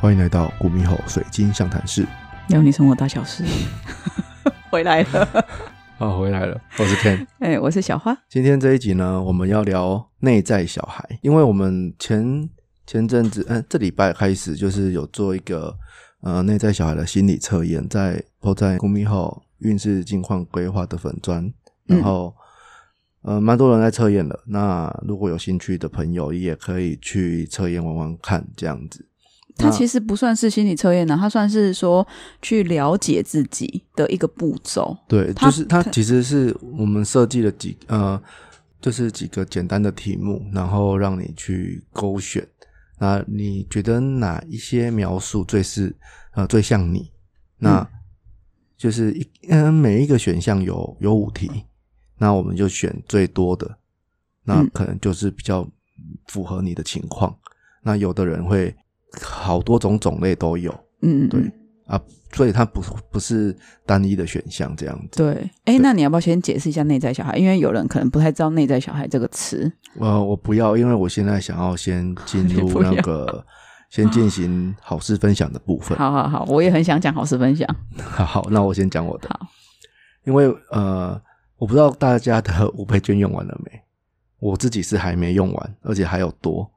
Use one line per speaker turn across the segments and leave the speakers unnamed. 欢迎来到古米吼水晶相谈室。
聊你生活大小 事，回来了。
啊、回来了，我是 Ken。
哎、我是小花。
今天这一集呢，我们要聊内在小孩，因为我们前前阵子，嗯、这礼拜开始就是有做一个呃内在小孩的心理测验，在都在古米吼运势境况规划的粉砖，然后、呃蛮多人在测验了。那如果有兴趣的朋友，也可以去测验玩玩看，这样子。
它其实不算是心理测验呢、它算是说去了解自己的一个步骤。
对，
它
就是它
它
其实是我们设计了几呃，就是几个简单的题目，然后让你去勾选。那你觉得哪一些描述最是呃最像你？那、就是一嗯，每一个选项有有五题，那我们就选最多的，那
嗯
可能就是比较符合你的情况。那有的人会好多种种类都有
嗯，嗯
对
嗯
啊，所以它不不是单一的选项这样子。
对。哎，那你要不要先解释一下内在小孩？因为有人可能不太知道“内在小孩”这个词。
呃，我不要，因为我现在想要先进
你
入
不要
那个，先进行好事分享的部分。
好好好，我也很想讲好事分享。
好，那我先讲我的。
好，
因为呃，我不知道大家的五倍券用完了没，我自己是还没用完，而且还有多。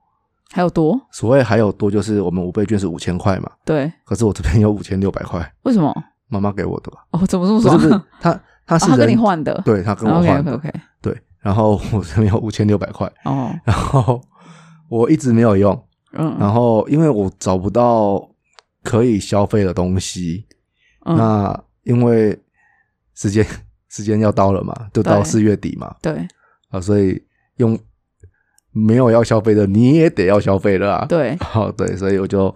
还有多
所谓还有多，就是我们五倍券是五千块嘛，
对？
可是我这边有五千六百块，
为什么？
妈妈给我的吧？
哦，怎么这么
不是
爽？
不 是，他他
哦
是
他跟
人
你换的，哦
对 他跟我换的
OK OK OK。
对，然后我这边有五千六百块，
哦，
然后我一直没有用，
嗯
然后因为我找不到可以消费的东西，
嗯，
那因为时间时间要到了嘛，就到
对
四月底嘛，
对
啊，所以用没有要消费的你也得要消费了啊。，
对，
好、对，所以我就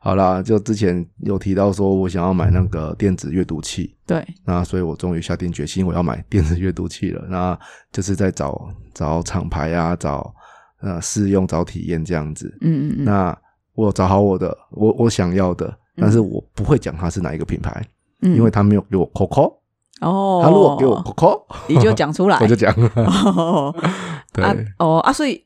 好啦，就之前有提到说我想要买那个电子阅读器，
对，
那所以我终于下定决心我要买电子阅读器了，那就是在找找厂牌啊，找呃试用找体验这样子，
嗯嗯嗯，
那我找好我的，我我想要的，但是我不会讲它是哪一个品牌，
嗯
因为他没有给我 Coco，
哦，
他如果给我 Coco，
你就讲出 来，
我就讲了。
哦，
对，
啊哦啊，所以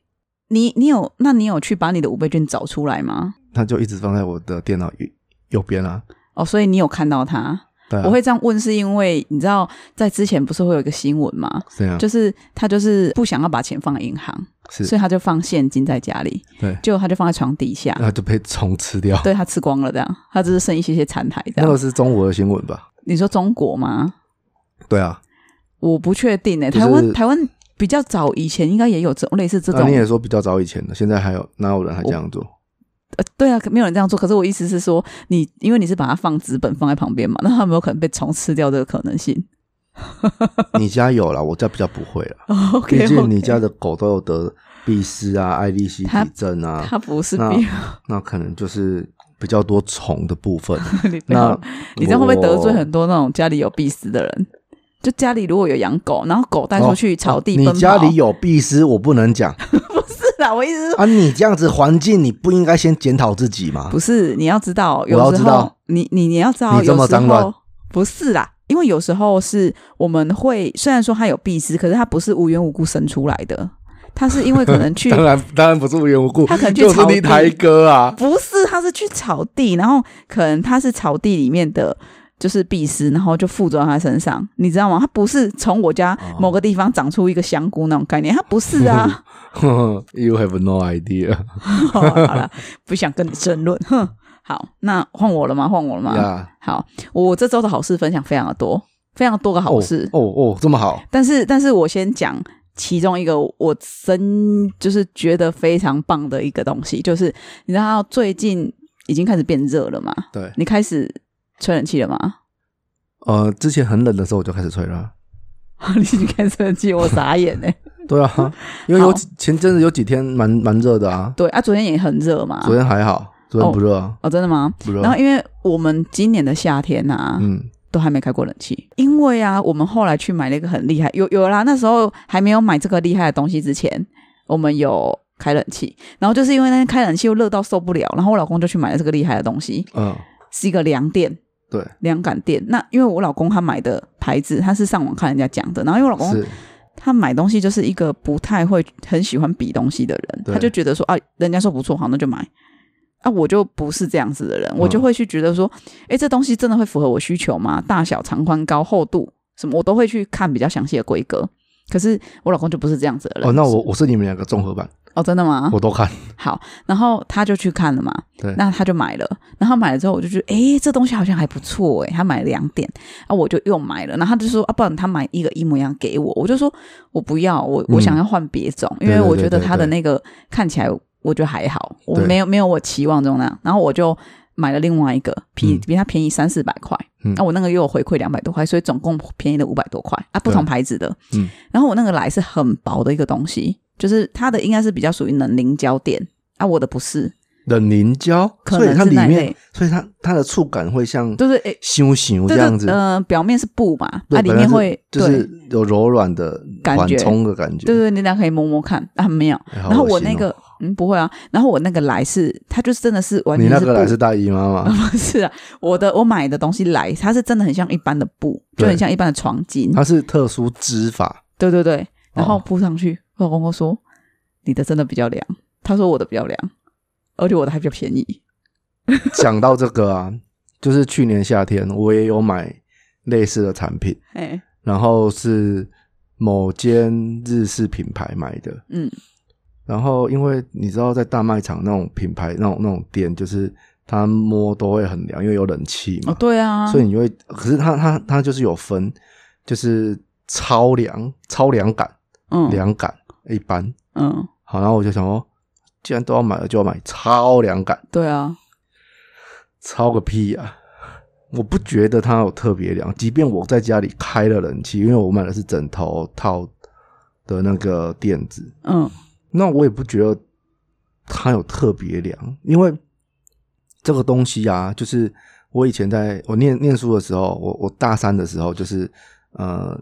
你你有那你有去把你的五倍券找出来吗？
他就一直放在我的电脑右右边啊。
哦，所以你有看到它。
对啊，
我会这样问，是因为你知道，在之前不是会有一个新闻吗？
这样，
就是他就是不想要把钱放在银行，所
是
以他就放现金在家里，
对，
结果他就放在床底下，
然后就被虫吃掉。
对他吃光了，这样他只是剩一些些残骸这
那个
样。
是中国的新闻吧？
你说中国吗？
对啊，
我不确定诶、
就是啊
台湾台湾比较早以前应该也有这类似这种
那你也说比较早以前的，现在还有哪有人还这样做？
呃，对啊，可没有人这样做。可是我意思是说，你因为你是把它放纸本放在旁边嘛，那它有没有可能被虫吃掉这个可能性
你家有啦，我家比较不会啦。
？OK，
毕竟你家的狗都有得必斯啊、爱丽丝
它
体症啊，
它不是
那
病，
那可能就是比较多虫的部 分。
你不
那
要，啊你这样会不会得罪
我
很多那种家里有必死的人？就家里如果有养狗，然后狗带出去草地奔跑，
哦你家里有必斯，我不能讲
是啦，我意思是说。
啊！你这样子环境，你不应该先检讨自己吗？
不是，你要知道，
我要
有时
知
候
道
你你你要知道，
你这么
有时
脏乱
候不是啦，因为有时候是我们会虽然说它有必死，可是它不是无缘无故生出来的，它是因为可能 去
当然，当然不是无缘无故，
他可能去
就是
草地
你台哥啊，
不是，他是去草地，然后可能他是草地里面的就是壁虱，然后就附着在他身上，你知道吗？他不是从我家
哦
某个地方长出一个香菇那种概念，他不是 啊。
You have no idea
好了，不想跟你争论，哼。好，那换我了吗？换我了吗
呀！
好，我这周的好事分享非常的多，非常多个好事。
哦哦，这么好，
但是，但是我先讲其中一个我真就是觉得非常棒的一个东西，就是你知道最近已经开始变热了嘛？
对，
你开始吹冷气了吗？
呃，之前很冷的时候我就开始吹了，
你已经开始吹冷气，我傻眼欸 呢。
对啊，因为有
好
几前阵子有几天蛮蛮热的啊，
对啊，昨天也很热嘛。
昨天还好，昨天不热啊，
哦，真的吗？
不热
然，后因为我们今年的夏天啊，
嗯，
都还没开过冷气，因为啊，我们后来去买了一个很厉害，有有啦，那时候还没有买这个厉害的东西之前，我们有开冷气，然后就是因为那天开冷气又热到受不了，然后我老公就去买了这个厉害的东西，
嗯，
是一个凉垫。
对，
凉感垫，那因为我老公他买的牌子，他是上网看人家讲的，然后因为我老公
是，
他买东西就是一个不太会很喜欢比东西的人，
对
他就觉得说啊，人家说不错，好那就买。啊，我就不是这样子的人，我就
嗯
会去觉得说，诶，这东西真的会符合我需求吗？大小、长宽、高、厚度什么，我都会去看比较详细的规格。可是我老公就不是这样子的人。
哦，那我我是你们两个综合版，
哦，真的吗？
我都看。
好，然后他就去看了嘛，
对
那他就买了，然后买了之后我就觉得，诶，这东西好像还不错诶，他买了两点，啊，我就又买了，然后他就说，啊，不然他买一个一模一样给我，我就说我不要，我我
嗯
想要换别种，因
对
为
对
我
对
觉得
对
他的
对
那个看起来我觉得还好，我
对
没有没有我期望中那样，然后我就买了另外一个，比
嗯
比他便宜三四百块，
嗯
那、我那个又有回馈两百多块，所以总共便宜了五百多块啊，不
对
同牌子的，
嗯，
然后我那个来是很薄的一个东西，就是它的应该是比较属于冷凝胶垫啊，我的不是，
冷凝胶，
可
所以
能
它
是
里
那一
面
类，，
所以它它的触感会像
就是诶。
咻咻
对
哦这样
对，
子，
呃，表面是布嘛，
对
啊，里
本来
面
是
会
就是有柔软的
感
缓
觉
冲的感觉。
对对，对你俩可以摸摸看啊，没有。
哎，
然后我那
好恶心
个，嗯，不会啊。然后我那个来是，它就是真的是
哦
完
你
全
那
是
个来
布
是大姨妈嘛，
不是啊，我的我买的东西来，它是真的很像一般的布，就
对
很像一般的床巾。
它是特殊织法，
对对对，然后
哦
铺上去，我老公跟我说你的真的比较凉，他说我的比较凉，而且我的还比较便宜。
讲到这个啊，就是去年夏天我也有买类似的产品，
哎，
然后是某间日式品牌买的。
嗯，
然后因为你知道，在大卖场那种品牌那种那种店，就是它摸都会很凉，因为有冷气嘛
哦，。对啊，
所以你就会，可是它它它就是有分，就是超凉、超凉感、
嗯
凉感一般。
嗯，
好，然后我就想说，既然都要买了，就要买超凉感，
对啊，
超个屁啊！我不觉得它有特别凉，即便我在家里开了冷气，因为我买的是枕头套的那个垫子，
嗯
那我也不觉得它有特别凉，因为这个东西啊，就是我以前在我念念书的时候，我我大三的时候，就是呃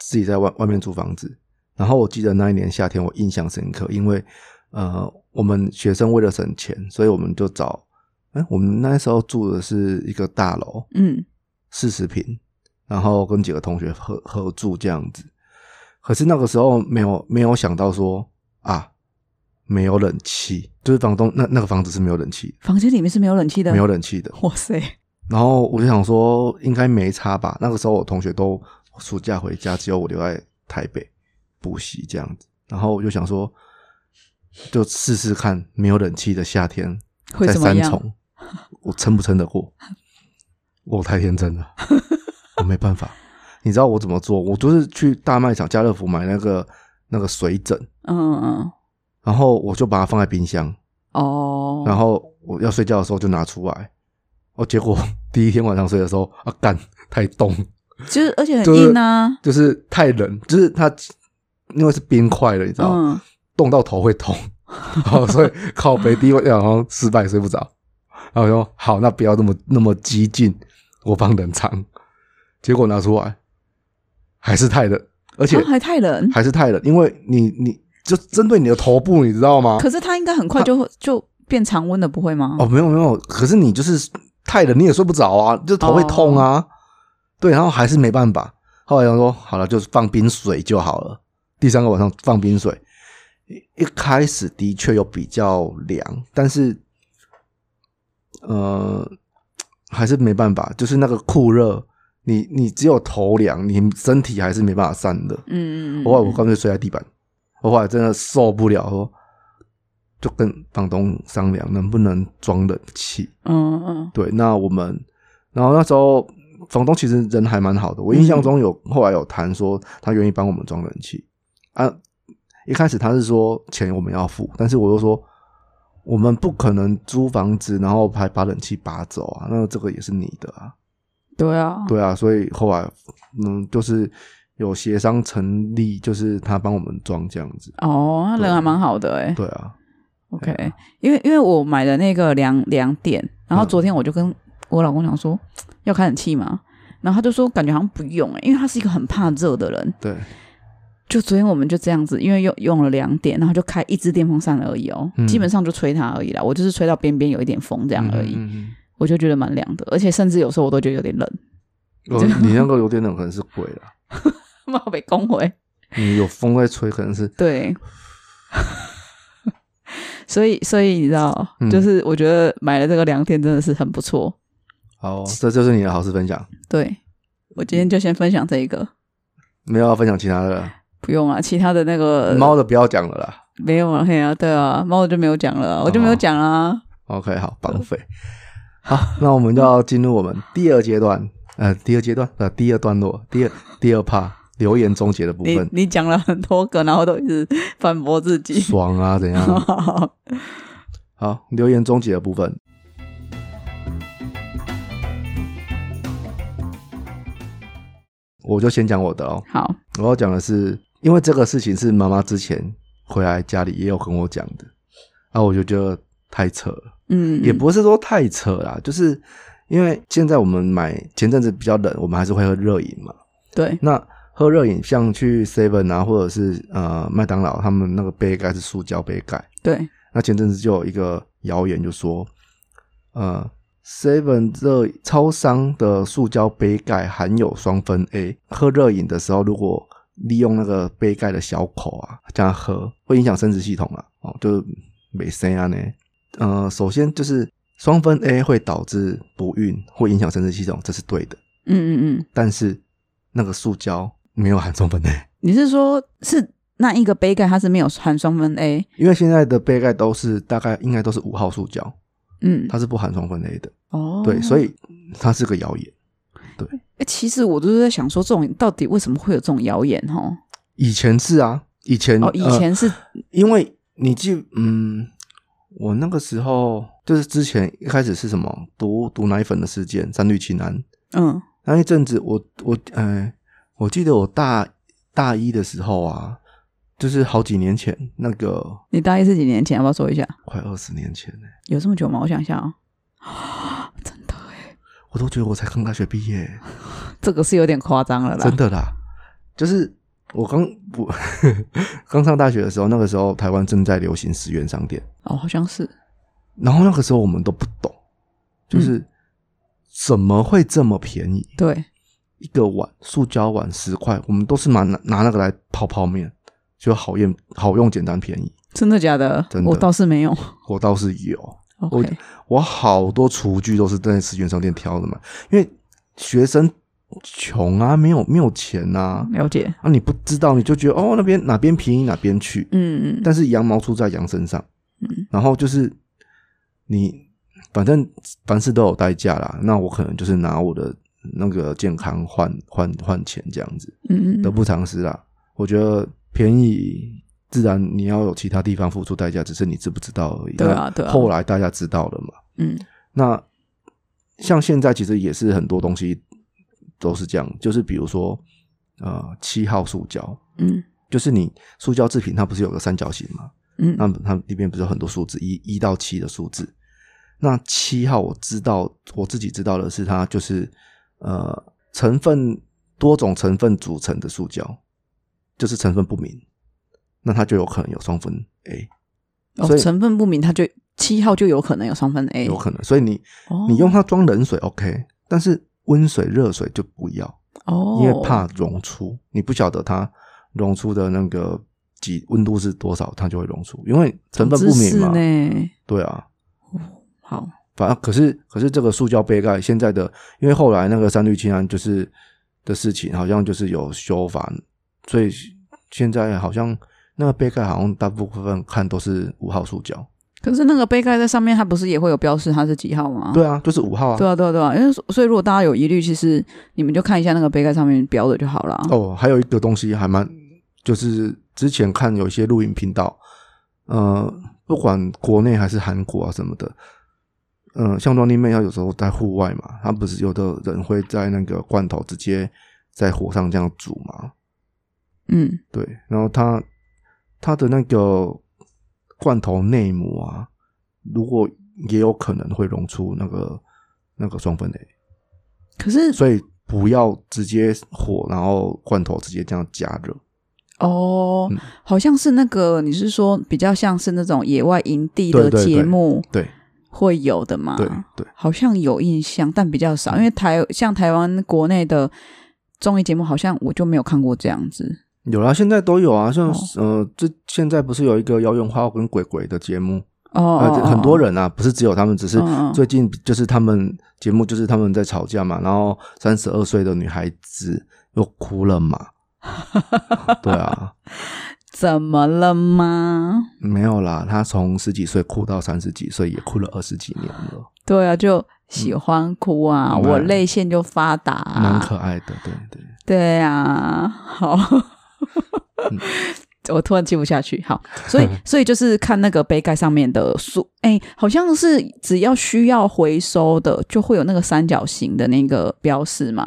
自己在外外面租房子，然后我记得那一年夏天我印象深刻，因为呃我们学生为了省钱，所以我们就找，哎、我们那时候住的是一个大楼，
嗯，
四十平，然后跟几个同学合合住这样子。可是那个时候没有没有想到说啊，没有冷气，就是房东那那个房子是没有冷气，
房间里面是没有冷气的，
没有冷气的。
哇塞，
然后我就想说应该没差吧，那个时候我同学都暑假回家，只有我留在台北补习这样子。然后我就想说，就试试看没有冷气的夏天
会
在
怎么
三
样？
重，我撑不撑得过？我太天真了，我没办法。你知道我怎么做？我就是去大卖场家乐福买那个那个水枕，
嗯嗯嗯，
然后我就把它放在冰箱，
哦，
然后我要睡觉的时候就拿出来。哦，结果 第一天晚上睡的时候啊，干太冻，
就是而且很
就是
硬啊，
就是太冷，就是它因为是冰块了，你知道，吗？
嗯，
冻到头会痛， 然后所以靠北第一晚上失败睡不着，然后我说好，那不要那么那么激进，我放冷藏，结果拿出来还是太冷，而且
啊还太冷，
还是太冷，因为你你就针对你的头部，你知道吗？
可是它应该很快就就变常温的，不会吗？
哦，没有没有，可是你就是太冷，你也睡不着啊，就头会痛啊，对，然后还是没办法。后来想说好了，就是放冰水就好了。第三个晚上放冰水，一一开始的确有比较凉，但是呃还是没办法，就是那个酷热，你你只有头凉，你身体还是没办法散热。
嗯嗯嗯，
后来我干脆睡在地板，我后来真的受不了，说就跟房东商量能不能装冷气。
嗯嗯
对，那我们，然后那时候房东其实人还蛮好的，我印象中有、后来有谈说他愿意帮我们装冷气啊。一开始他是说钱我们要付，但是我又说我们不可能租房子，然后还把冷气拔走啊，那这个也是你的啊。
对啊，
对啊，所以后来嗯，就是有协商成立，就是他帮我们装这样子。
哦，那人还蛮好的哎。
对啊，对
OK，因为因为我买的那个凉凉点，然后昨天我就跟我老公讲说要开冷气嘛，然后他就说感觉好像不用哎，因为他是一个很怕热的人。
对，
就昨天我们就这样子，因为用用了两点，然后就开一支电风扇而已哦，
嗯
基本上就吹它而已啦。我就是吹到边边有一点风这样而已，
嗯嗯嗯
我就觉得蛮凉的，而且甚至有时候我都觉得有点冷，
我哦你那个有点冷，可能是鬼了。
冒被恭维。
你有风在吹，可能是
对， 所以所以你知道，
嗯
就是我觉得买了这个凉垫真的是很不错。
好，哦这就是你的好事分享，
对我今天就先分享这一个，
没有要分享其他的了，
不用啊了，其他的那个
猫的不要讲了啦。
没有了，嘿啊，对啊，猫我就没有讲了，我就没
哦
有讲啊。
OK，好，绑匪。好，那我们就要进入我们第二阶段，呃，第二阶段，呃，第二段落，第二第二趴留言终结的部
你
分，
你讲了很多个，然后都一直反驳自己。
爽啊，怎样？好，留言终结的部分。我就先讲我的哦，
好，
我要讲的是，因为这个事情是妈妈之前回来家里也有跟我讲的，啊，我就觉得太扯了。
嗯，
也不是说太扯啦，就是因为现在我们买前阵子比较冷，我们还是会喝热饮嘛。
对，
那喝热饮，像去 Seven 啊，或者是呃麦当劳，他们那个杯盖是塑胶杯盖。
对，
那前阵子就有一个谣言，就说呃 Seven 热超商的塑胶杯盖含有双酚 A，喝热饮的时候如果利用那个杯盖的小口啊，这样喝会影响生殖系统啊，哦，就是没生啊呢。呃，首先就是双酚 A 会导致不孕，会影响生殖系统，这是对的。
嗯嗯嗯，
但是那个塑胶没有含双酚 A，
你是说，是那一个杯盖它是没有含双酚 A？
因为现在的杯盖都是大概应该都是五号塑胶，
嗯，
它是不含双酚 A 的。
哦，
对，所以它是个谣言。
诶其实我就是在想说，这种到底为什么会有这种谣言？哦，
以前是啊，以前
哦，以
呃
前是，
因为你记，嗯，我那个时候就是之前一开始是什么毒毒奶粉的事件，三氯氰胺
嗯
那一阵子我，我呃，我记得我大大一的时候啊，就是好几年前，那个
你大概是几年前？要不要说一下？
快二十年前、欸，
有这么久吗？我想一下啊、真的，
我都觉得我才刚大学毕业、
这个是有点夸张了啦。
真的啦，就是我刚我 刚上大学的时候，那个时候台湾正在流行十元商店。
哦，好像是，
然后那个时候我们都不懂，就是怎么会这么便宜？
对，
一个碗塑胶碗十块，我们都是拿拿拿那个来泡泡面，就好用好用简单便宜。
真的假的？
真的
我倒是没有。
我倒是有，我
OK，
我好多厨具都是在十元商店挑的嘛，因为学生穷啊，没有没有钱啊，
了解。
啊你不知道你就觉得哦那边哪边便宜哪边去，
嗯嗯
但是羊毛出在羊身上，
嗯，
然后就是你反正凡事都有代价啦，那我可能就是拿我的那个健康换换换钱这样子，
嗯
得
嗯，
不偿失啦。我觉得便宜自然你要有其他地方付出代价，只是你知不知道而已。
对啊
那
对啊
后来大家知道了嘛，
嗯，
那像现在其实也是很多东西都是这样，就是比如说呃七号塑胶。
嗯
就是你塑胶制品，它不是有个三角形吗？
嗯
那它里面不是有很多数字，一一到七的数字。那七号我知道，我自己知道的是，它就是呃成分多种成分组成的塑胶，就是成分不明，那它就有可能有双酚 A，所
哦，
以
成分不明，它就七号就有可能有双酚 A。
有可能。所以你
哦
你用它装冷水 OK，但是温水、热水就不要，
哦，
因为怕溶出，你不晓得它溶出的那个几温度是多少，它就会溶出，因为成分不明嘛
长。知识呢。
对啊，
好，
反正可是可是这个塑胶杯盖现在的，因为后来那个三氯氰胺就是的事情，好像就是有修法，所以现在好像那个杯盖好像大部分看都是五号塑胶。
可是那个杯盖在上面，它不是也会有标示它是几号吗？
对啊，就是五号啊。
哦对啊，对啊，对啊，因为所所以如果大家有疑虑，其实你们就看一下那个杯盖上面标的就好了。
哦，还有一个东西还蛮，就是之前看有一些录影频道，呃，不管国内还是韩国啊什么的，嗯、像 Running Man 他有时候在户外嘛，他不是有的人会在那个罐头直接在火上这样煮嘛，
嗯，
对，然后他他的那个罐头内膜啊，如果也有可能会溶出那个那个双酚 A，
可是
所以不要直接火，然后罐头直接这样加热。
哦，
嗯
好像是那个你是说比较像是那种野外营地的
对对对
节目
对
会有的嘛？
对嗯对，
好像有印象，但比较少，因为台像台湾国内的综艺节目，好像我就没有看过这样子。
有啦，现在都有啊，像、
哦
呃，这现在不是有一个姚永浩跟鬼鬼的节目，
哦，
呃，
哦
很多，
哦
人啊，不是只有他们，只是
嗯嗯
最近就是他们节目就是他们在吵架嘛，然后三十二岁的女孩子又哭了 嘛，对啊，
怎么了吗？
没有啦，她从十几岁哭到三十几岁，也哭了二十几年了，
对啊，就喜欢哭啊，
嗯
我泪腺就发达、
蛮
啊。
可爱的，对对，
对啊，好。
嗯
我突然记不下去，好， 所以所以就是看那个杯盖上面的塑，哎、好像是只要需要回收的，就会有那个三角形的那个标示嘛，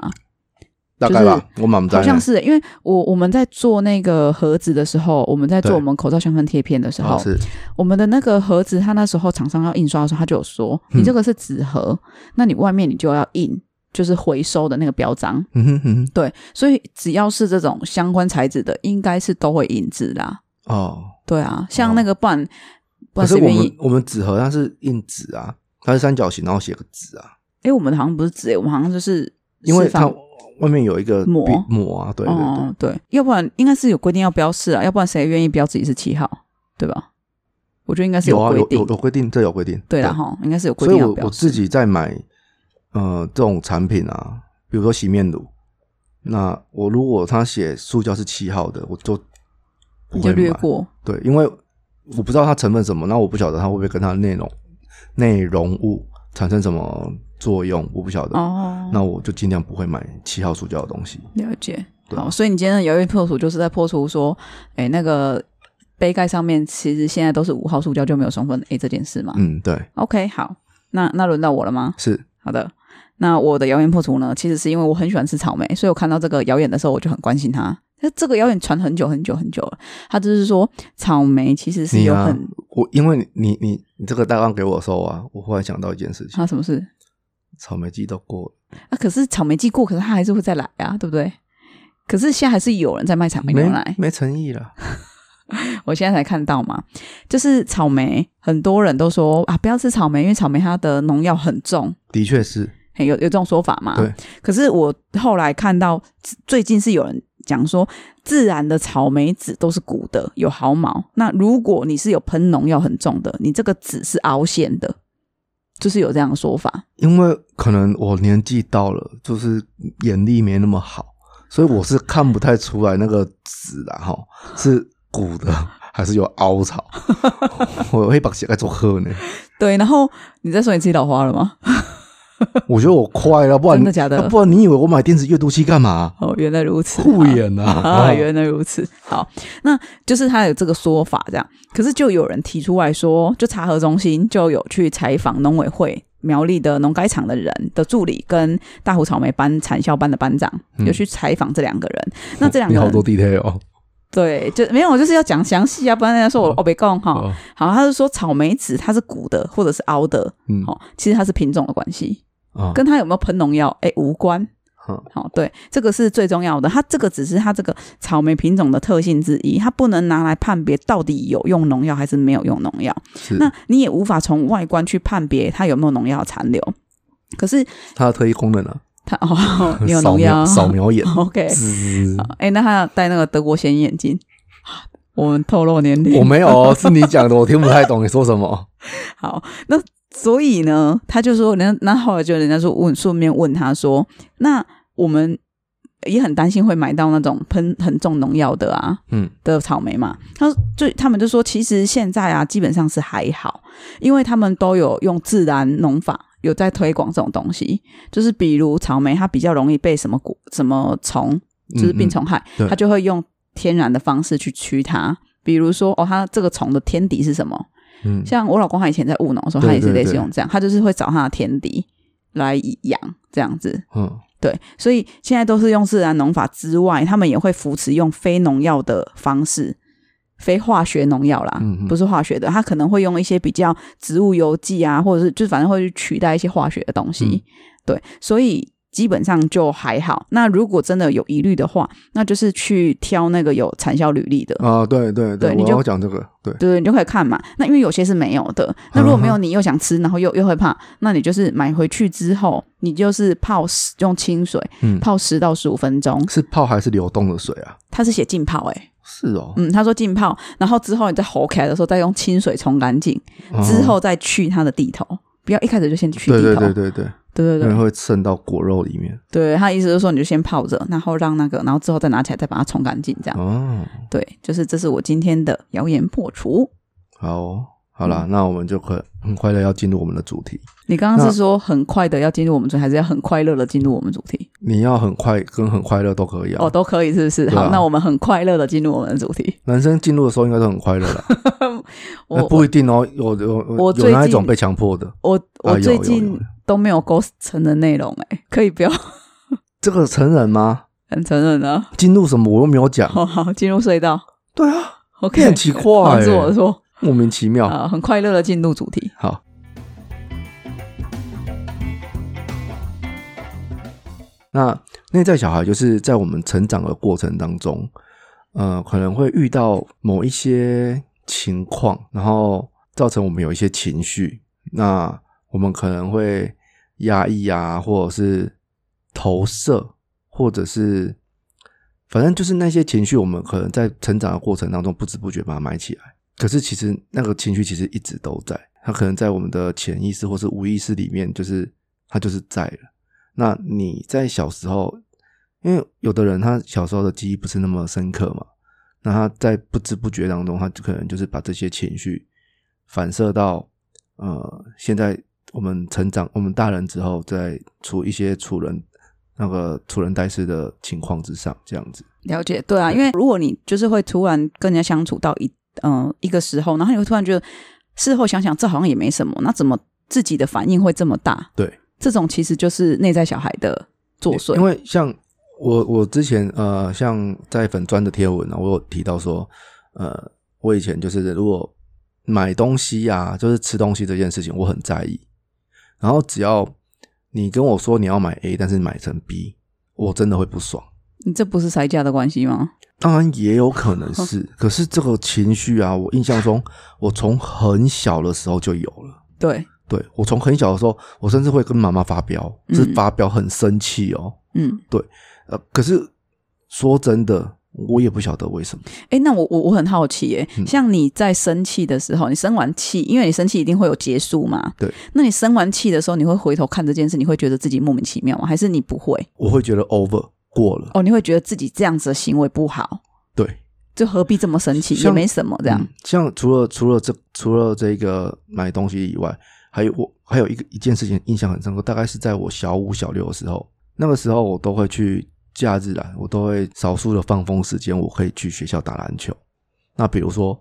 大概吧，我满不在
好
呢，
像是、因为我我们在做那个盒子的时候，我们在做
对
我们口罩香氛贴片的时候，
哦是
我们的那个盒子，它那时候厂商要印刷的时候，他就有说，
嗯
你这个是纸盒，那你外面你就要印就是回收的那个标章。
嗯哼嗯哼，
对，所以只要是这种相关材质的，应该是都会印制啦。
哦，
对啊，像那个不然、
可
不然
是
随
我
便印
们，我们纸盒它是印纸啊，它是三角形，然后写个纸啊，
哎，我们的好像不是纸、诶我们好像就是
因为
是放
它外面有一个
膜
壁膜啊，对对对，
哦对，要不然应该是有规定要标示啊，要不然谁愿意标自己是七号，对吧？我觉得应该是
有啊
规
有
定，
有有规定，这有规定，
对啦哈，应该是有规
所以
定要
我
标
我
示。
自己在买呃这种产品啊，比如说洗面乳，那我如果它写塑胶是七号的，我就不
你就
会
略
买。
过，
对，因为我不知道它成分什么，那我不晓得它会不会跟它的内容内容物产生什么作用，我不晓得。
哦，
那我就尽量不会买七号塑胶的东西。
了解。
对啊
好，所以你今天的摇曳破除就是在破除说，哎，那个杯盖上面其实现在都是五号塑胶就没有双酚 A 这件事嘛。
嗯，对，
OK，好，那那轮到我了吗？
是
好的，那我的谣言破除呢，其实是因为我很喜欢吃草莓，所以我看到这个谣言的时候，我就很关心它。那这个谣言传很久很久很久了，它就是说草莓其实是
你
有
啊
很，
我因为你你你你这个大纲给我的时候啊，我忽然想到一件事情，
它、啊什么事
草莓季都过了，
啊？可是草莓季过，可是它还是会再来啊，对不对？可是现在还是有人在卖草莓牛奶
没，没诚意了。
我现在才看到嘛，就是草莓，很多人都说啊，不要吃草莓，因为草莓它的农药很重，
的确是，
嘿有有这种说法嘛？
对。
可是我后来看到，最近是有人讲说，自然的草莓籽都是鼓的，有毫毛。那如果你是有喷农药很重的，你这个籽是凹陷的，就是有这样的说法。
因为可能我年纪到了，就是眼力没那么好，所以我是看不太出来那个纸啊，哈，是鼓的还是有凹槽。 我会把鞋盖做喝呢，
对，然后你在说你自己老花了吗？
我觉得我快了，不然
真的假的
啊不然你以为我买电子阅读器干嘛？
哦，原来如此，
护
好
眼啊！
啊，原来如此。好，那就是他有这个说法，这样。可是就有人提出来说，就查核中心就有去采访农委会苗栗的农改场的人的助理跟大湖草莓班产销班的班长，
嗯
有去采访这两个人。那这两
你
个
好
人
多 detail 哦
对，就没有，我就是要讲详细啊，不然人家说我我被告哈。
哦，
好，他就说草莓籽它是鼓的或者是凹的，
嗯
哦，其实它是品种的关系，
啊，
跟它有没有喷农药哎无关。
嗯
好、对，这个是最重要的。它这个只是它这个草莓品种的特性之一，它不能拿来判别到底有用农药还是没有用农药。
是
那你也无法从外观去判别它有没有农药残留。可是
它的特异功能啊，
它哦，你有
扫
农药
描 扫描眼，
，OK？
滋
哎、那他戴那个德国显眼镜，我们透露年龄。
我没有哦，是你讲的，我听不太懂你说什么。
好，那所以呢，他就说，人家那后来就人家说问，顺便问他说，那我们也很担心会买到那种喷很重农药的啊，
嗯，
的草莓嘛。他说就他们就说，其实现在啊，基本上是还好，因为他们都有用自然农法。有在推广这种东西，就是比如草莓，它比较容易被什么果、什么虫，
嗯
就是病虫害，
对
它就会用天然的方式去驱它。比如说，哦，它这个虫的天敌是什么？
嗯，嗯，
像我老公他以前在务农的时候，
对
他也是
对
类似
对
用这样，他就是会找他的天敌来养这样子。
嗯，
对，所以现在都是用自然农法之外，他们也会扶持用非农药的方式，非化学农药啦，
嗯嗯
不是化学的，他可能会用一些比较
嗯
植物油剂啊，或者是就反正会去取代一些化学的东西。对，所以基本上就还好。那如果真的有疑虑的话，那就是去挑那个有产销履历的。
啊，对对
对你
我
就
要讲这个，对，
对，你就可以看嘛。那因为有些是没有的，那如果
嗯
没有，你又想吃，然后又又会怕，那你就是买回去之后，你就是泡十用清水
嗯
泡十到十五分钟。
是泡还是流动的水啊？
他是写浸泡、欸，哎，
是哦，
嗯，他说浸泡，然后之后你再吼起来的时候，再用清水冲干净，
哦
之后再去它的地头，不要一开始就先去地
对
头。
对对嗯对对，
对
因
对
为
对
会渗到果肉里面。
对他的意思就是说，你就先泡着，然后让那个，然后之后再拿起来，再把它冲干净，这样。
哦，
对，就是这是我今天的谣言破除。
好哦，好
嗯
啦，那我们就可很快的要进入我们的主题。
你刚刚
那
是说很快的要进入我们主题，还是要很快乐的进入我们主题？
你要很快跟很快乐都可以啊。
哦，都可以，是不是？
对啊
好，那我们很快乐的进入我们的主题。
男生进入的时候应该都很快乐啦，
我、
哎不一定哦，有有有
我
有
最
那一种
近
被强迫的，
我我
啊有
最
有有
近都没有构成的内容、哎，可以不要
这个成人吗？
很承认啊。
进入什么我又没有讲，
好好，进入隧道
对啊，
，OK，
你很奇怪、
好是我
欸，哦
说，
莫名其妙。
啊、很快乐的进入主题。
好，那内在小孩就是在我们成长的过程当中，呃，可能会遇到某一些情况，然后造成我们有一些情绪，那我们可能会压抑啊，或者是投射，或者是。反正就是那些情绪，我们可能在成长的过程当中不知不觉把它埋起来。可是其实那个情绪其实一直都在，它可能在我们的潜意识或是无意识里面，就是它就是在了。那你在小时候，因为有的人他小时候的记忆不是那么深刻嘛，那他在不知不觉当中，他就可能就是把这些情绪反射到呃，现在我们成长，我们大人之后，在处一些处人那个处人待事的情况之上，这样子。
了解，对啊，因为如果你就是会突然跟人家相处到一嗯、一个时候，然后你会突然觉得事后想想这好像也没什么，那怎么自己的反应会这么大？
对，
这种其实就是内在小孩的作祟。
因为像我我之前呃，像在粉砖的贴文啊，我有提到说，呃，我以前就是如果买东西呀、啊，就是吃东西这件事情，我很在意。然后只要你跟我说你要买 A，但是买成 B，我真的会不爽。
你这不是塞价的关系吗？
当然也有可能是，可是这个情绪啊，我印象中我从很小的时候就有了。
对，
对我从很小的时候，我甚至会跟妈妈发飙，是
嗯
发飙很生气哦。
嗯，
呃，可是说真的，我也不晓得为什么。
哎，那我我我很好奇，耶，
嗯
像你在生气的时候，你生完气，因为你生气一定会有结束嘛，
对。
那你生完气的时候，你会回头看这件事，你会觉得自己莫名其妙吗？还是你不会？
我会觉得 over 过了，
哦，你会觉得自己这样子的行为不好？
对，
就何必这么生气，
像
也没什么这样。
嗯像除了除了这除了这个买东西以外，还有我还有一个一件事情印象很深刻，大概是在我小五小六的时候，那个时候我都会去假日啊，我都会少数的放风时间，我可以去学校打篮球。那比如说，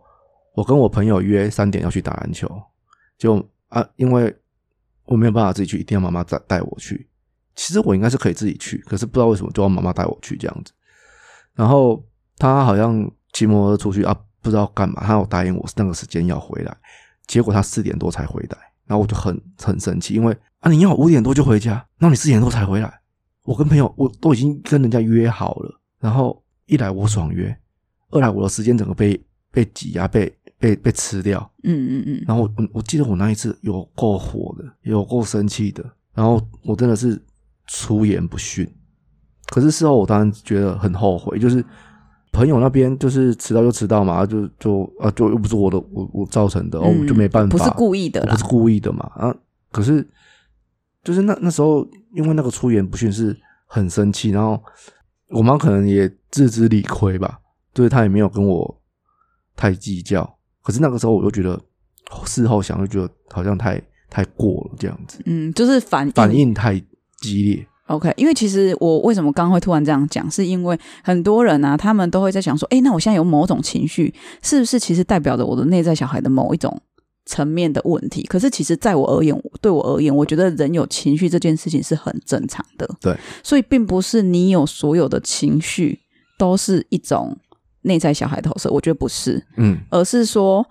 我跟我朋友约三点要去打篮球，就啊，因为我没有办法自己去，一定要妈妈带带我去。其实我应该是可以自己去，可是不知道为什么就要妈妈带我去这样子。然后他好像骑摩托车出去啊，不知道干嘛，他有答应我那个时间要回来，结果他四点多才回来，然后我就很很生气，因为啊你要我五点多就回家，那你四点多才回来，我跟朋友我都已经跟人家约好了，然后一来我爽约，二来我的时间整个被被挤压、被被被吃掉，
嗯嗯嗯，
然后我我我记得我那一次有够火的，有够生气的，然后我真的是出言不逊。可是事后我当然觉得很后悔，就是朋友那边就是迟到就迟到嘛，就就啊就又不是我的我我造成的，哦，我就没办法，
嗯不是故意的
我
啦
不是。故意的嘛啊！可是就是那那时候，因为那个出言不逊是很生气，然后我妈可能也自知理亏吧，就是她也没有跟我太计较。可是那个时候，我就觉得哦事后想就觉得好像太太过了这样子，
嗯，就是反应
反应太激烈。
OK，因为其实我为什么刚刚会突然这样讲，是因为很多人啊，他们都会在想说，诶，那我现在有某种情绪，是不是其实代表着我的内在小孩的某一种层面的问题？可是其实在我而言，对我而言，我觉得人有情绪这件事情是很正常的。
对，
所以并不是你有所有的情绪都是一种内在小孩投射，我觉得不是。
嗯，
而是说，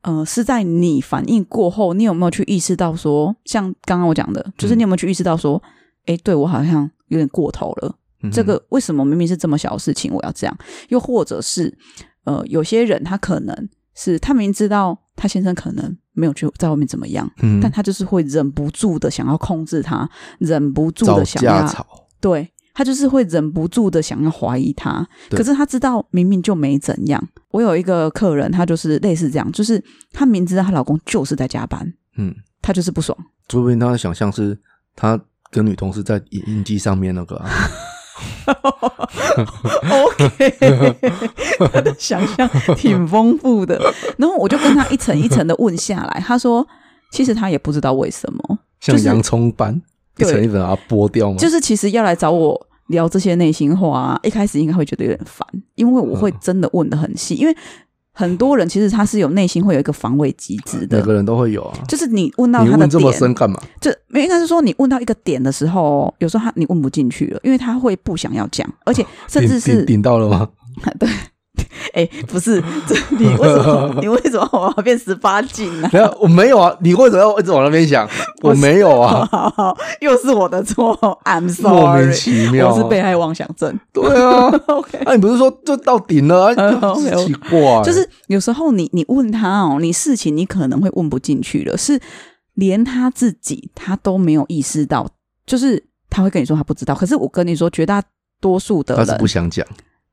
呃，是在
嗯
你反应过后，你有没有去意识到说，像刚刚我讲的，就是你有没有去意识到说，哎，对我好像有点过头了。
嗯哼
这个为什么明明是这么小的事情，我要这样？又或者是，呃，有些人他可能是他明知道他先生可能没有去在外面怎么样，
嗯
但他就是会忍不住的想要控制他，忍不住
找
的想
架
要
吵，
对他就是会忍不住的想要怀疑他，
对
可是他知道明明就没怎样。我有一个客人，他就是类似这样，就是她明知道她老公就是在加班，
嗯，
她就 是不爽。
说不定他的想象是他跟女同事在影印机上面那个、 啊，
OK，他的想象挺丰富的。然后我就跟他一层一层的问下来，他说其实他也不知道为什么，
像
就是
洋葱般、
对
一层一层把它剥掉吗？
就是其实要来找我聊这些内心话、啊，一开始应该会觉得有点烦，因为我会
嗯
真的问的很细，因为很多人其实他是有内心会有一个防卫机制
每
的。
个人都会有啊。
就是你问到
你
他的
问这么
点，
深干嘛？
就没有应该是说你问到一个点的时候，有时候他你问不进去了，因为他会不想要讲，而
啊
且甚至
顶
是
顶顶到了吗？
哎、不是，这你为什么 你为什么我要变十八禁呢、
没有，我没有啊！你为什么要一直往那边想？我没有
好
啊，
好好，又是我的错，I'm
莫名
sorry，
其妙、啊。
我是被害妄想症。
对啊，
OK，
那、你不是说就到顶了、啊？
嗯
就
，OK，OK
奇怪，
就是有时候你你问他哦，你事情你可能会问不进去了，是连他自己他都没有意识到，就是他会跟你说他不知道，可是我跟你说，绝大多数的
他是
人
不想讲，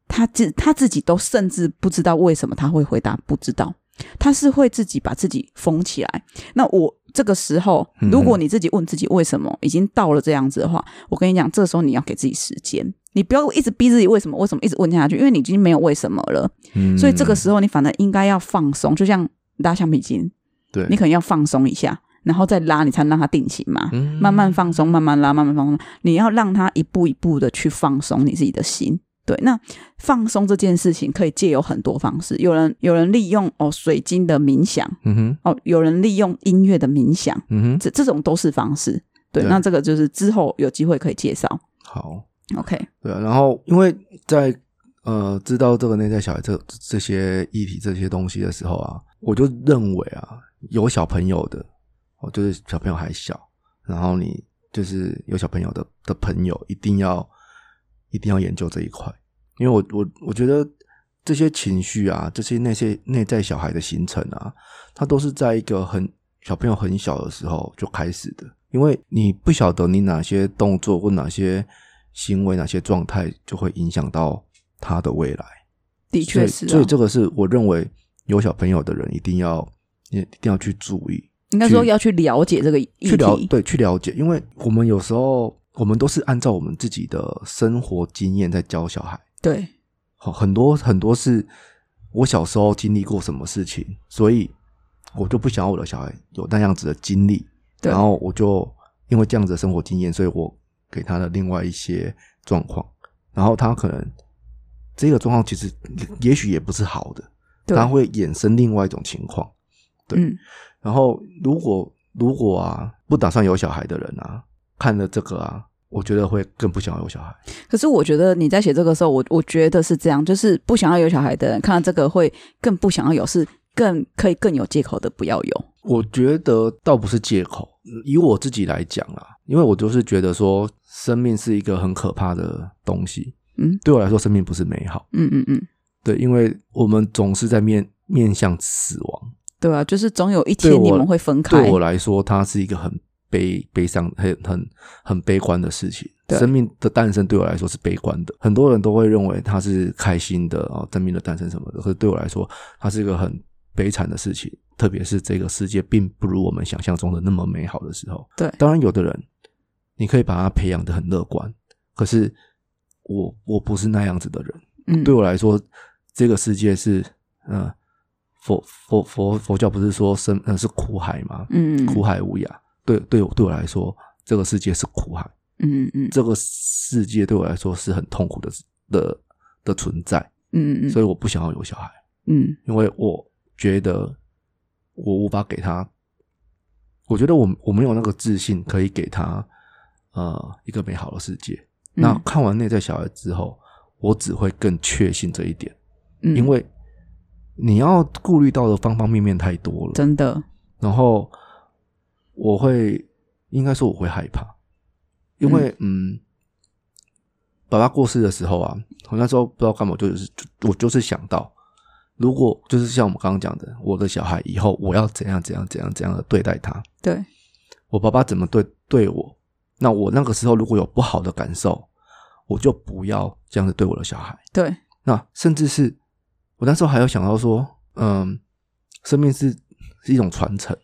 他自他自己都甚至不知道为什么他会回答不知道，他是会自己把自己封起来。那我这个时候，
嗯
如果你自己问自己为什么，已经到了这样子的话，我跟你讲，这时候你要给自己时间，你不要一直逼自己为什么为什么一直问下去，因为你已经没有为什么了。
嗯
所以这个时候你反而应该要放松，就像拉橡皮筋，
对
你可能要放松一下，然后再拉，你才能让它定型嘛。
嗯
慢慢放松，慢慢拉，慢慢放松。你要让它一步一步的去放松你自己的心。对，那放松这件事情可以借由很多方式，有人有人利用哦水晶的冥想，
嗯哼
哦有人利用音乐的冥想，
嗯哼，
这这种都是方式。对，
对
那这个就是之后有机会可以介绍。
好。
OK，
对啊，然后因为在呃知道这个内在小孩这这些议题这些东西的时候啊，我就认为啊，有小朋友的，哦，就是小朋友还小，然后你就是有小朋友的的朋友，一定要一定要研究这一块，因为我我我觉得这些情绪啊，这些那些内在小孩的形成啊，它都是在一个很小朋友很小的时候就开始的，因为你不晓得你哪些动作或哪些行为、哪些状态就会影响到他的未来。
的确是、
所
啊
以，所以这个是我认为有小朋友的人一定要也一定要去注意，
应该说要去了解这个议
去了
题。
对去了解，因为我们有时候我们都是按照我们自己的生活经验在教小孩。
对，
好，很多很多是我小时候经历过什么事情，所以我就不想要我的小孩有那样子的经历，
对
然后我就因为这样子的生活经验，所以我给他的另外一些状况，然后他可能这个状况其实也也许也不是好的，
对
他会衍生另外一种情况。对
嗯，
然后如果如果啊不打算有小孩的人啊，看了这个啊，我觉得会更不想要有小孩。
可是我觉得你在写这个时候，我我觉得是这样，就是不想要有小孩的人看到这个会更不想要有，是更可以更有借口的不要有。
我觉得倒不是借口，以我自己来讲啦，因为我就是觉得说，生命是一个很可怕的东西。
嗯
对我来说，生命不是美好，
嗯嗯嗯，
对，因为我们总是在面面向死亡。
对啊，就是总有一
对
天
我
你们会分开。
对我来说，它是一个很悲悲伤、很很很悲观的事情。
对
生命的诞生对我来说是悲观的，很多人都会认为它是开心的哦，生命的诞生什么的。可是对我来说，它是一个很悲惨的事情，特别是这个世界并不如我们想象中的那么美好的时候。
对
当然有的人你可以把他培养的很乐观，可是我我不是那样子的人。
嗯，
对我来说，这个世界是呃佛佛佛佛教不是说生呃是苦海吗？
嗯，
苦海无涯。对对我对我来说，这个世界是苦海，
嗯，嗯嗯
这个世界对我来说是很痛苦的的的存在，
嗯嗯
所以我不想要有小孩，
嗯
因为我觉得我无法给他，我觉得我我没有那个自信可以给他呃一个美好的世界。
嗯
那看完内在小孩之后，我只会更确信这一点。
嗯，
因为你要顾虑到的方方面面太多了。
真的，
然后我会应该说我会害怕，因为嗯爸爸过世的时候啊，我那时候不知道干嘛，就是就我就是想到，如果就是像我们刚刚讲的，我的小孩以后我要怎样怎样怎样怎样的对待他，
对，
我爸爸怎么对对我，那我那个时候如果有不好的感受，我就不要这样子对我的小孩。
对，
那甚至是我那时候还有想到说，嗯，生命是是一种传承，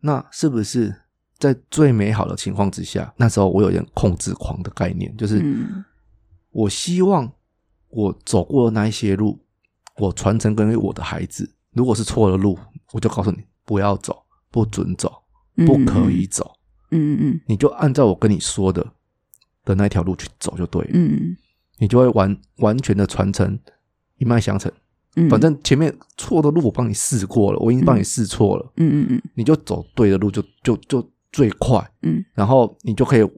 那是不是在最美好的情况之下，那时候我有点控制狂的概念，就是
嗯，
我希望我走过的那一些路，我传承给我的孩子，如果是错的路，我就告诉你不要走，不准走，不可以走，
嗯，嗯
你就按照我跟你说的的那条路去走就对了，
嗯嗯
你就会完完全的传承一脉相承。
嗯，
反正前面错的路我帮你试过了，我已经帮你试错了，
嗯，嗯嗯嗯
你就走对的路就就就最快，
嗯，
然后你就可以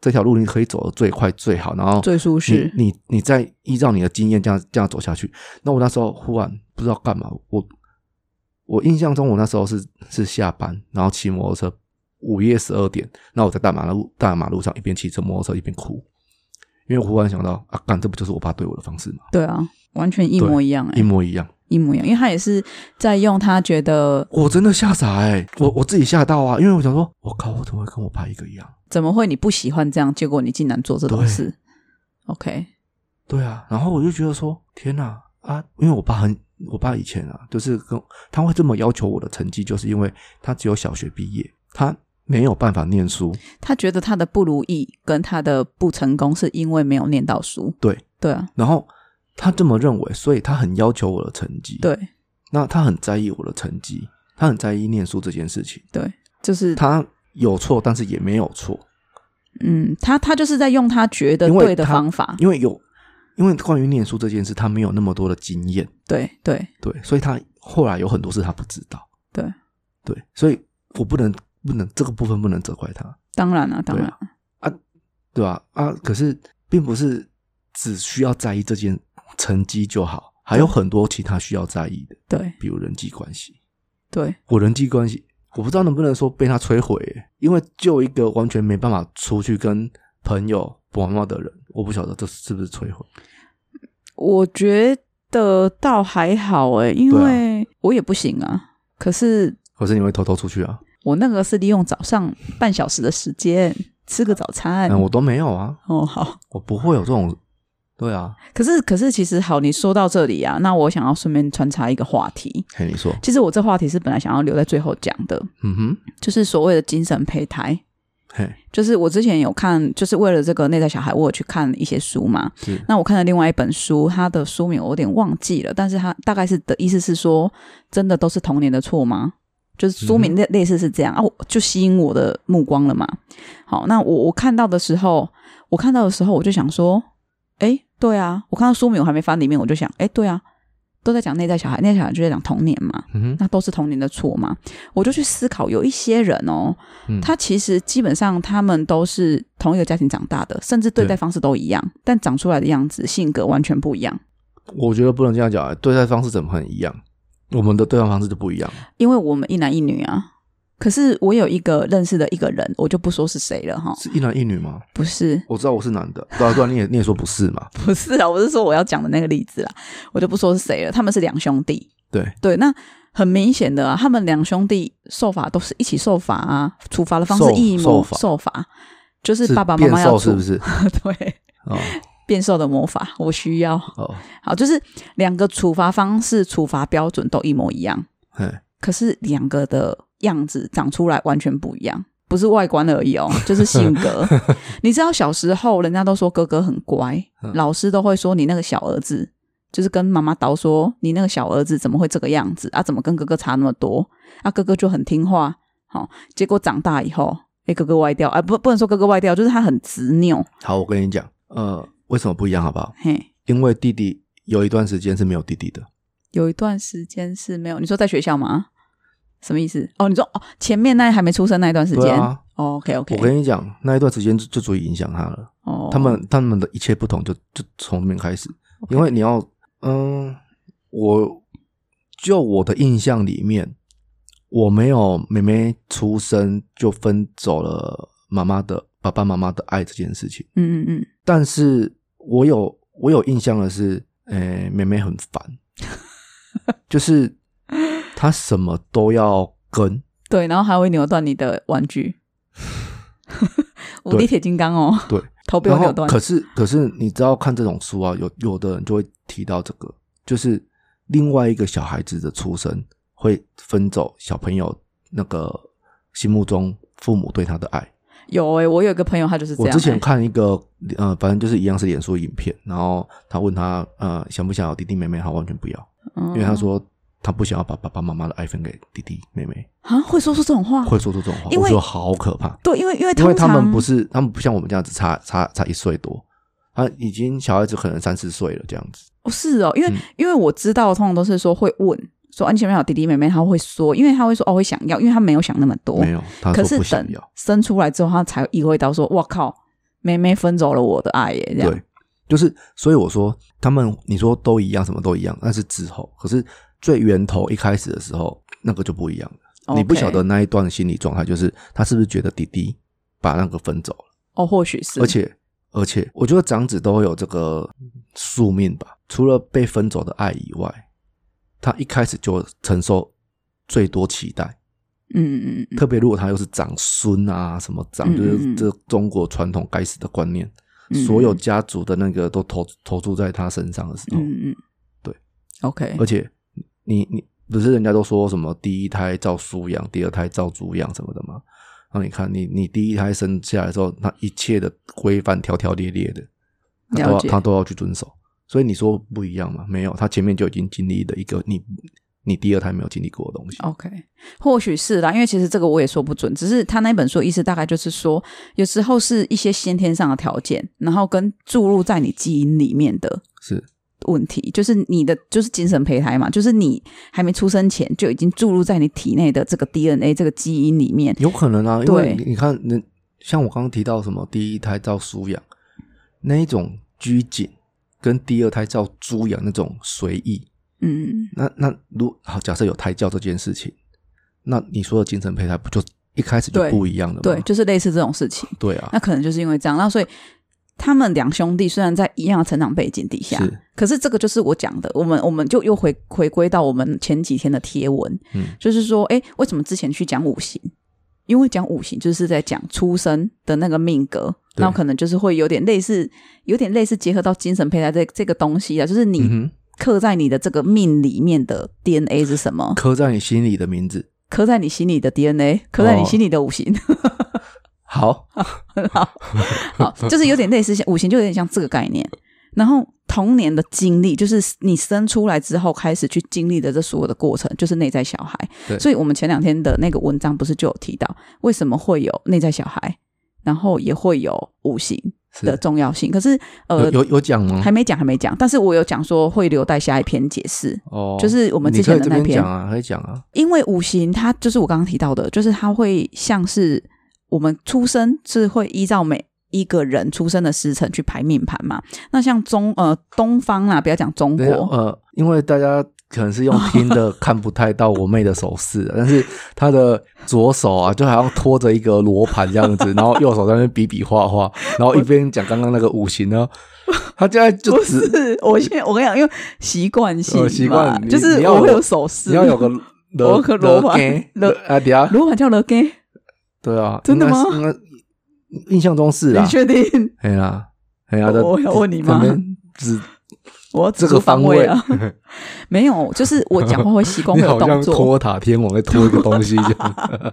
这条路你可以走的最快最好，然后
最舒适
你你你再依照你的经验这样这样走下去。那我那时候忽然不知道干嘛，我我印象中我那时候是是下班，然后骑摩托车，午夜十二点，那我在大马路大马路上一边骑着摩托车一边哭，因为我忽然想到啊，干这不就是我爸对我的方式吗？
对啊，完全一模一样、
一
欸，
模一样。
一模一样，因为他也是在用他觉得
我真的吓傻哎、我我自己吓到啊，因为我想说，我靠，我怎么会跟我爸一个一样？
怎么会你不喜欢这样，结果你竟然做这种
对
事，OK，
对啊，然后我就觉得说，天哪啊！因为我爸很，我爸以前啊，就是跟他会这么要求我的成绩，就是因为他只有小学毕业，他没有办法念书。
他觉得他的不如意跟他的不成功是因为没有念到书，
对，
对啊，
然后他这么认为，所以他很要求我的成绩。，
对
那他很在意我的成绩，他很在意念书这件事情。
对，就是
他有错，但是也没有错，
嗯，他他就是在用他觉得
因为
对的
他
方法，
因为有，因为关于念书这件事，他没有那么多的经验。
对对
对，所以他后来有很多事他不知道。
对
对，所以我不能不能这个部分不能责怪他，
当然了、当
对
然、
啊对吧、啊？可是并不是只需要在意这件成绩就好，还有很多其他需要在意的，
对
比如人际关系。
对
我人际关系，我不知道能不能说被他摧毁耶、因为就一个完全没办法出去跟朋友玩闹的人，我不晓得这是不是摧毁。
我觉得倒还好诶、因
对啊
为我也不行啊。可是
可是你会偷偷出去啊？
我那个是利用早上半小时的时间吃个早餐。
嗯，我都没有啊，
哦，好。
我不会有这种。对啊，
可是可是，其实好，你说到这里啊，那我想要顺便穿插一个话题。
嘿，你说，
其实我这话题是本来想要留在最后讲的，
嗯哼，
就是所谓的精神胚胎。
嘿，
就是我之前有看，就是为了这个内在小孩，我有去看一些书嘛。
是，
那我看了另外一本书，它的书名我有点忘记了，但是它大概是的意思是说，真的都是童年的错吗？就是书
嗯
名类类似是这样、啊，我就吸引我的目光了嘛。好，那我我看到的时候，我看到的时候我就想说，诶，对啊，我看到书名我还没翻里面，我就想，诶，对啊，都在讲内在小孩，内在小孩就在讲童年嘛，
嗯哼，
那都是童年的错嘛。我就去思考，有一些人哦，
嗯
他其实基本上他们都是同一个家庭长大的，甚至对
对
待方式都一样，但长出来的样子、性格完全不一样。
我觉得不能这样讲、对待方式怎么很一样？我们的对待方式就不一样。
因为我们一男一女啊，可是我有一个认识的一个人，我就不说是谁了哈，
是一男一女吗？
不是，
我知道我是男的，对啊，对啊，你也你也说不是嘛？
不是啊，我是说我要讲的那个例子啦，啊我就不说是谁了，他们是两兄弟，
对，
对，那。很明显的、啊，他们两兄弟受罚都是一起受罚啊，处罚的方式
受
一模
受罚
受罚，就是
是
爸爸妈
变
妈
瘦
要处
是不是？
对
哦
变瘦的魔法，我需要。
哦，
好，就是两个处罚方式、处罚标准都一模一样，
嘿，
可是两个的样子长出来完全不一样，不是外观而 已哦，就是性格。你知道小时候人家都说哥哥很乖，
嗯
老师都会说你那个小儿子。就是跟妈妈叨说，你那个小儿子怎么会这个样子啊？怎么跟哥哥差那么多？啊，哥哥就很听话，好、结果长大以后，哎，哥哥歪掉，啊，不，不能说哥哥歪掉，就是他很执拗，
好，我跟你讲，呃，为什么不一样好不好？
嘿，
因为弟弟有一段时间是没有弟弟的，
有一段时间是没有。你说在学校吗？什么意思？哦，你说哦，前面那还没出生那一段时
对
间。
啊。
哦，OK
我
OK。
跟你讲，那一段时间就就足以影响他了。
哦，
他们他们的一切不同就就从那边开始，
OK
因为你要，嗯，我就我的印象里面，我没有妹妹出生就分走了妈妈的爸爸妈妈的爱这件事情。
嗯嗯嗯，
但是我有我有印象的是，诶、妹妹很烦， 就是她什么都要跟，
对，然后还会扭断你的玩具，无
对
敌铁金刚哦，
对，
头被我
然
扭
后
断，
可是可是你知道看这种书啊，有有的人就会提到这个，就是另外一个小孩子的出生会分走小朋友那个心目中父母对他的爱。
有诶、我有一个朋友他就是这
我
样、
之前
欸
看一个呃，反正就是一样是脸书影片，然后他问他呃想不想有弟弟妹妹，他完全不要，
嗯
因为他说他不想要把爸爸妈妈的爱分给弟弟妹妹，
啊，会说出这种话，
会说出这种话，
因
我
为
觉得好可怕。
对，因为因
因
为哎通
为
常
他们不是，他们不像我们这样子差差差一岁多，他已经小孩子可能三四岁了这样子。
哦是哦，因为、
嗯
因为我知道通常都是说会问说啊你想不想有弟弟妹妹，他会说，因为他会说哦会想要，因为他没有想那么多，
没有，他
可
说
是
不想
等
要。
生出来之后，他才意会到说哇靠，妹妹分走了我的爱耶，这样
对，就是所以我说他们，你说都一样，什么都一样，那是之后。可是最源头一开始的时候，那个就不一样了。
OK
你不晓得那一段的心理状态，就是他是不是觉得弟弟把那个分走了，
哦或许是，
而且而且，我觉得长子都会有这个宿命吧。除了被分走的爱以外，他一开始就承受最多期待。
嗯嗯嗯嗯，
特别如果他又是长孙啊，什么长，
嗯
就
嗯
是
嗯
这中国传统该死的观念，
嗯
所有家族的那个都投投注在他身上的时候，
嗯嗯嗯
对
，OK
哦而且你你不是人家都说什么第一胎照书养，第二胎照猪养什么的吗？然后你看你你第一胎生下来之后，那一切的规范条条列列的，他都
了
要
解
他都要去遵守。所以你说不一样吗？没有，他前面就已经经历了一个你你第二胎没有经历过的东西。
OK，或许是啦，因为其实这个我也说不准，只是他那本书意思大概就是说，有时候是一些先天上的条件，然后跟注入在你基因里面的
是
问题，就是你的就是精神胚胎嘛，就是你还没出生前就已经注入在你体内的这个 DNA 这个基因里面。
有可能啊，因为
对
你你看，人像我刚刚提到什么第一胎照书养那一种拘谨，跟第二胎照猪养那种随意，
嗯，
那那如好，假设有胎教这件事情，那你说的精神胚胎不就一开始就
对
不一样了吗？
对，就是类似这种事情，
对啊
那，可能就是因为这样，那所以。他们两兄弟虽然在一样的成长背景底下，
是
可是这个就是我讲的，我们我们就又回回归到我们前几天的贴文，
嗯
就是说，哎，为什么之前去讲五行？因为讲五行就是在讲出生的那个命格，
对
那可能就是会有点类似，有点类似结合到精神胚胎这这个东西啊，就是
嗯
你
哼，
刻在你的这个命里面的 DNA 是什么？
刻在你心里的名字。
刻在你心里的 DNA，刻
哦
在你心里的五行，
好，
好，就是有点类似像五行，就有点像这个概念。然后童年的经历，就是你生出来之后开始去经历的这所有的过程，就是内在小
对
孩。所以我们前两天的那个文章不是就有提到，为什么会有内在小孩，然后也会有五行
是
的重要性。可是呃
有，有有讲吗
还？没讲，还没讲，但是我有讲说会留待下一篇解释。
哦，
就是我们之前的
你可
那
以这边
篇
讲啊，可以讲啊，
因为五行它就是我刚刚提到的，就是它会像是我们出生是会依照每一个人出生的时辰去排命盘嘛。那像中呃东方啦，不要讲中
等一下
国，
呃，因为大家可能是用听的看不太到我妹的手势，啊但是她的左手啊，就好像拖着一个罗盘这样子，然后右手在那边比比划 划，然后一边讲刚刚那个五行呢，她现在就
不
只
是。我现在我跟你讲，因为习惯性嘛，
呃习惯你
就是
你要
我会
有
有手势，
你要有个
我可罗马
勒
勒
啊，底下
罗盘叫 l g
对啊，
真的
应该
吗
是应该印象中是
你
啦，
确定？
哎呀，哎呀，
我我要问你
旁
吗？
边指
我要
这
指
个
出方
位
啊， 没有，就是我讲话会习 惯
你
会有
好像
动作，
托塔天王在拖一个东西一 样，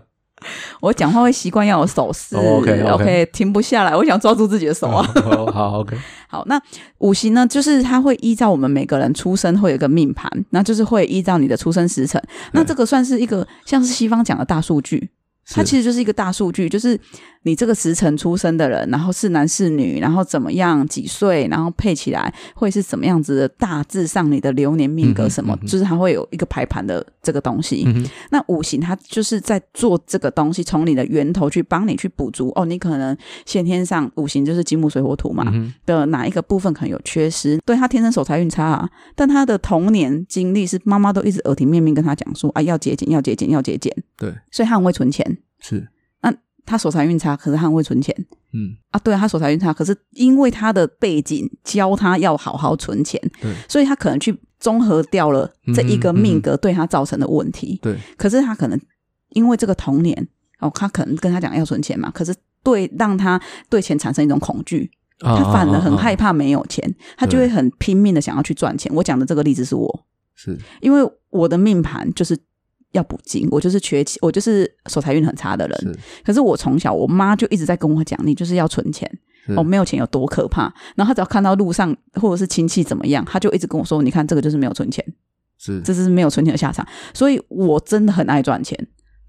我讲话会习惯要有手势。
哦，OK，OK
停不下来，我想抓住自己的手啊。
哦好好 OK，
好，那五行呢，就是它会依照我们每个人出生会有一个命盘，那就是会依照你的出生时辰。那这个算是一个像是西方讲的大数据，它
是
其实就是一个大数据，就是你这个时辰出生的人，然后是男是女，然后怎么样几岁，然后配起来会是怎么样子的，大致上你的流年命
嗯哼
格什么，
嗯哼
就是它会有一个排盘的这个东西。
嗯哼
那五行它就是在做这个东西，从你的源头去帮你去补足。哦，你可能先天上五行就是金木水火土嘛，
嗯哼
的哪一个部分可能有缺失，对他天生手财运差啊，但他的童年经历是妈妈都一直耳提面命跟他讲说啊要节俭要节俭要节俭，
对，
所以他很会存钱。
是
他所财运差，可是他很会存钱
嗯，
啊。对啊，他所财运差，可是因为他的背景教他要好好存钱
对，嗯
所以他可能去综合掉了这一个命格对他造成的问题。
对，
可是他可能因为这个童年哦，他可能跟他讲要存钱嘛，可是对让他对钱产生一种恐惧，
啊
他反而很害
怕，
怕没有钱，他就会很拼命的想要去赚钱。我讲的这个例子是我，
是
因为我的命盘就是要补金，我就是缺钱，我就是守财运很差的人。
是
可是我从小我妈就一直在跟我讲，你就是要存钱，
是
哦，没有钱有多可怕。然后她只要看到路上或者是亲戚怎么样，她就一直跟我说，你看这个就是没有存钱。
是
这是没有存钱的下场。所以我真的很爱赚钱。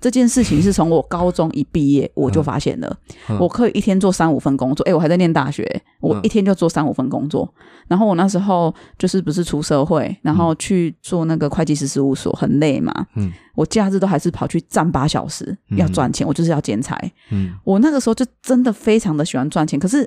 这件事情是从我高中一毕业我就发现了，
嗯
我可以一天做三五份工作。哎，我还在念大学，我
嗯
一天就做三五份工作。然后我那时候就是不是出社会，然后去做那个会计师事务所，很累嘛。
嗯
我假日都还是跑去站八小时
嗯
要赚钱，我就是要剪裁。
嗯
我那个时候就真的非常的喜欢赚钱，可是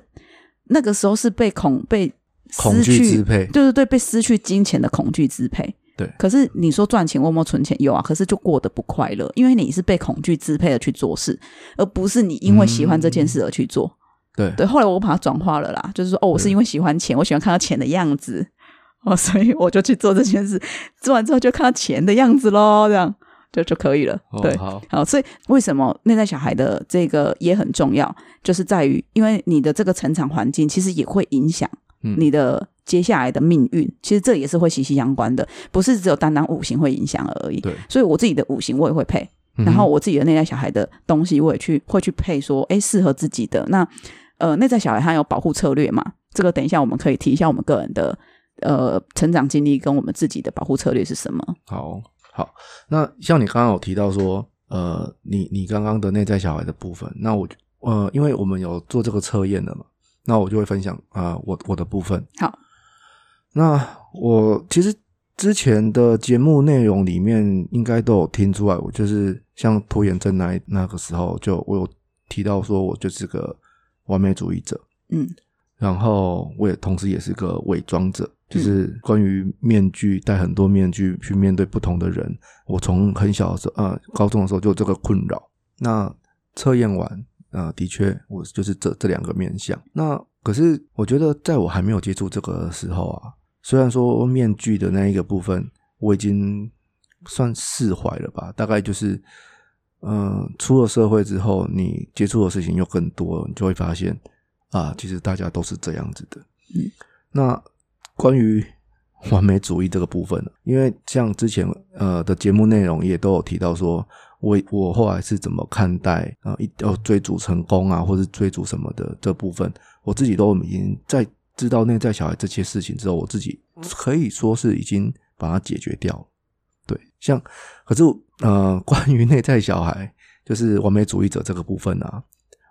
那个时候是被恐被
恐
失
惧
去
支配，
对对对，被失去金钱的恐惧支配。
对
可是你说赚钱，我有没有存钱？有啊，可是就过得不快乐，因为你是被恐惧支配的去做事，而不是你因为喜欢这
嗯
件事而去做。
对
对，后来我把它转化了啦，就是说，哦，我是
对
因为喜欢钱，我喜欢看到钱的样子，哦，所以我就去做这件事，做完之后就看到钱的样子喽，这样就就可以了。
哦
对，
好，
好，所以为什么内在小孩的这个也很重要，就是在于，因为你的这个成长环境其实也会影响
嗯
你的接下来的命运，其实这也是会息息相关的，不是只有单单五行会影响而已。
对，嗯
所以我自己的五行我也会配，然后我自己的内在小孩的东西我也去会去配说，哎，适合自己的那呃内在小孩他有保护策略嘛，这个等一下我们可以提一下我们个人的呃成长经历跟我们自己的保护策略是什么。
好好，那像你刚刚有提到说，呃，你你刚刚的内在小孩的部分，那我呃，因为我们有做这个测验的嘛，那我就会分享啊、呃我我的部分。
好，
那我其实之前的节目内容里面应该都有听出来，我就是像拖延症那一那个时候，就我有提到说我就是个完美主义者，
嗯
然后我也同时也是个伪装者，就是关于面具，戴很多面具去面对不同的人。我从很小的时候，呃，高中的时候就有这个困扰。那测验完，呃，的确我就是这这两个面相。那可是我觉得，在我还没有接触这个的时候啊，虽然说面具的那一个部分我已经算释怀了吧，大概就是，嗯、出了社会之后，你接触的事情又更多，你就会发现啊，其实大家都是这样子的。
嗯，
那关于完美主义这个部分呢，因为像之前呃的节目内容也都有提到说。我我后来是怎么看待呃一要追逐成功啊，或是追逐什么的这部分，我自己都已经在知道内在小孩这些事情之后，我自己可以说是已经把它解决掉了。对，像可是呃， 关于内在小孩就是完美主义者这个部分啊，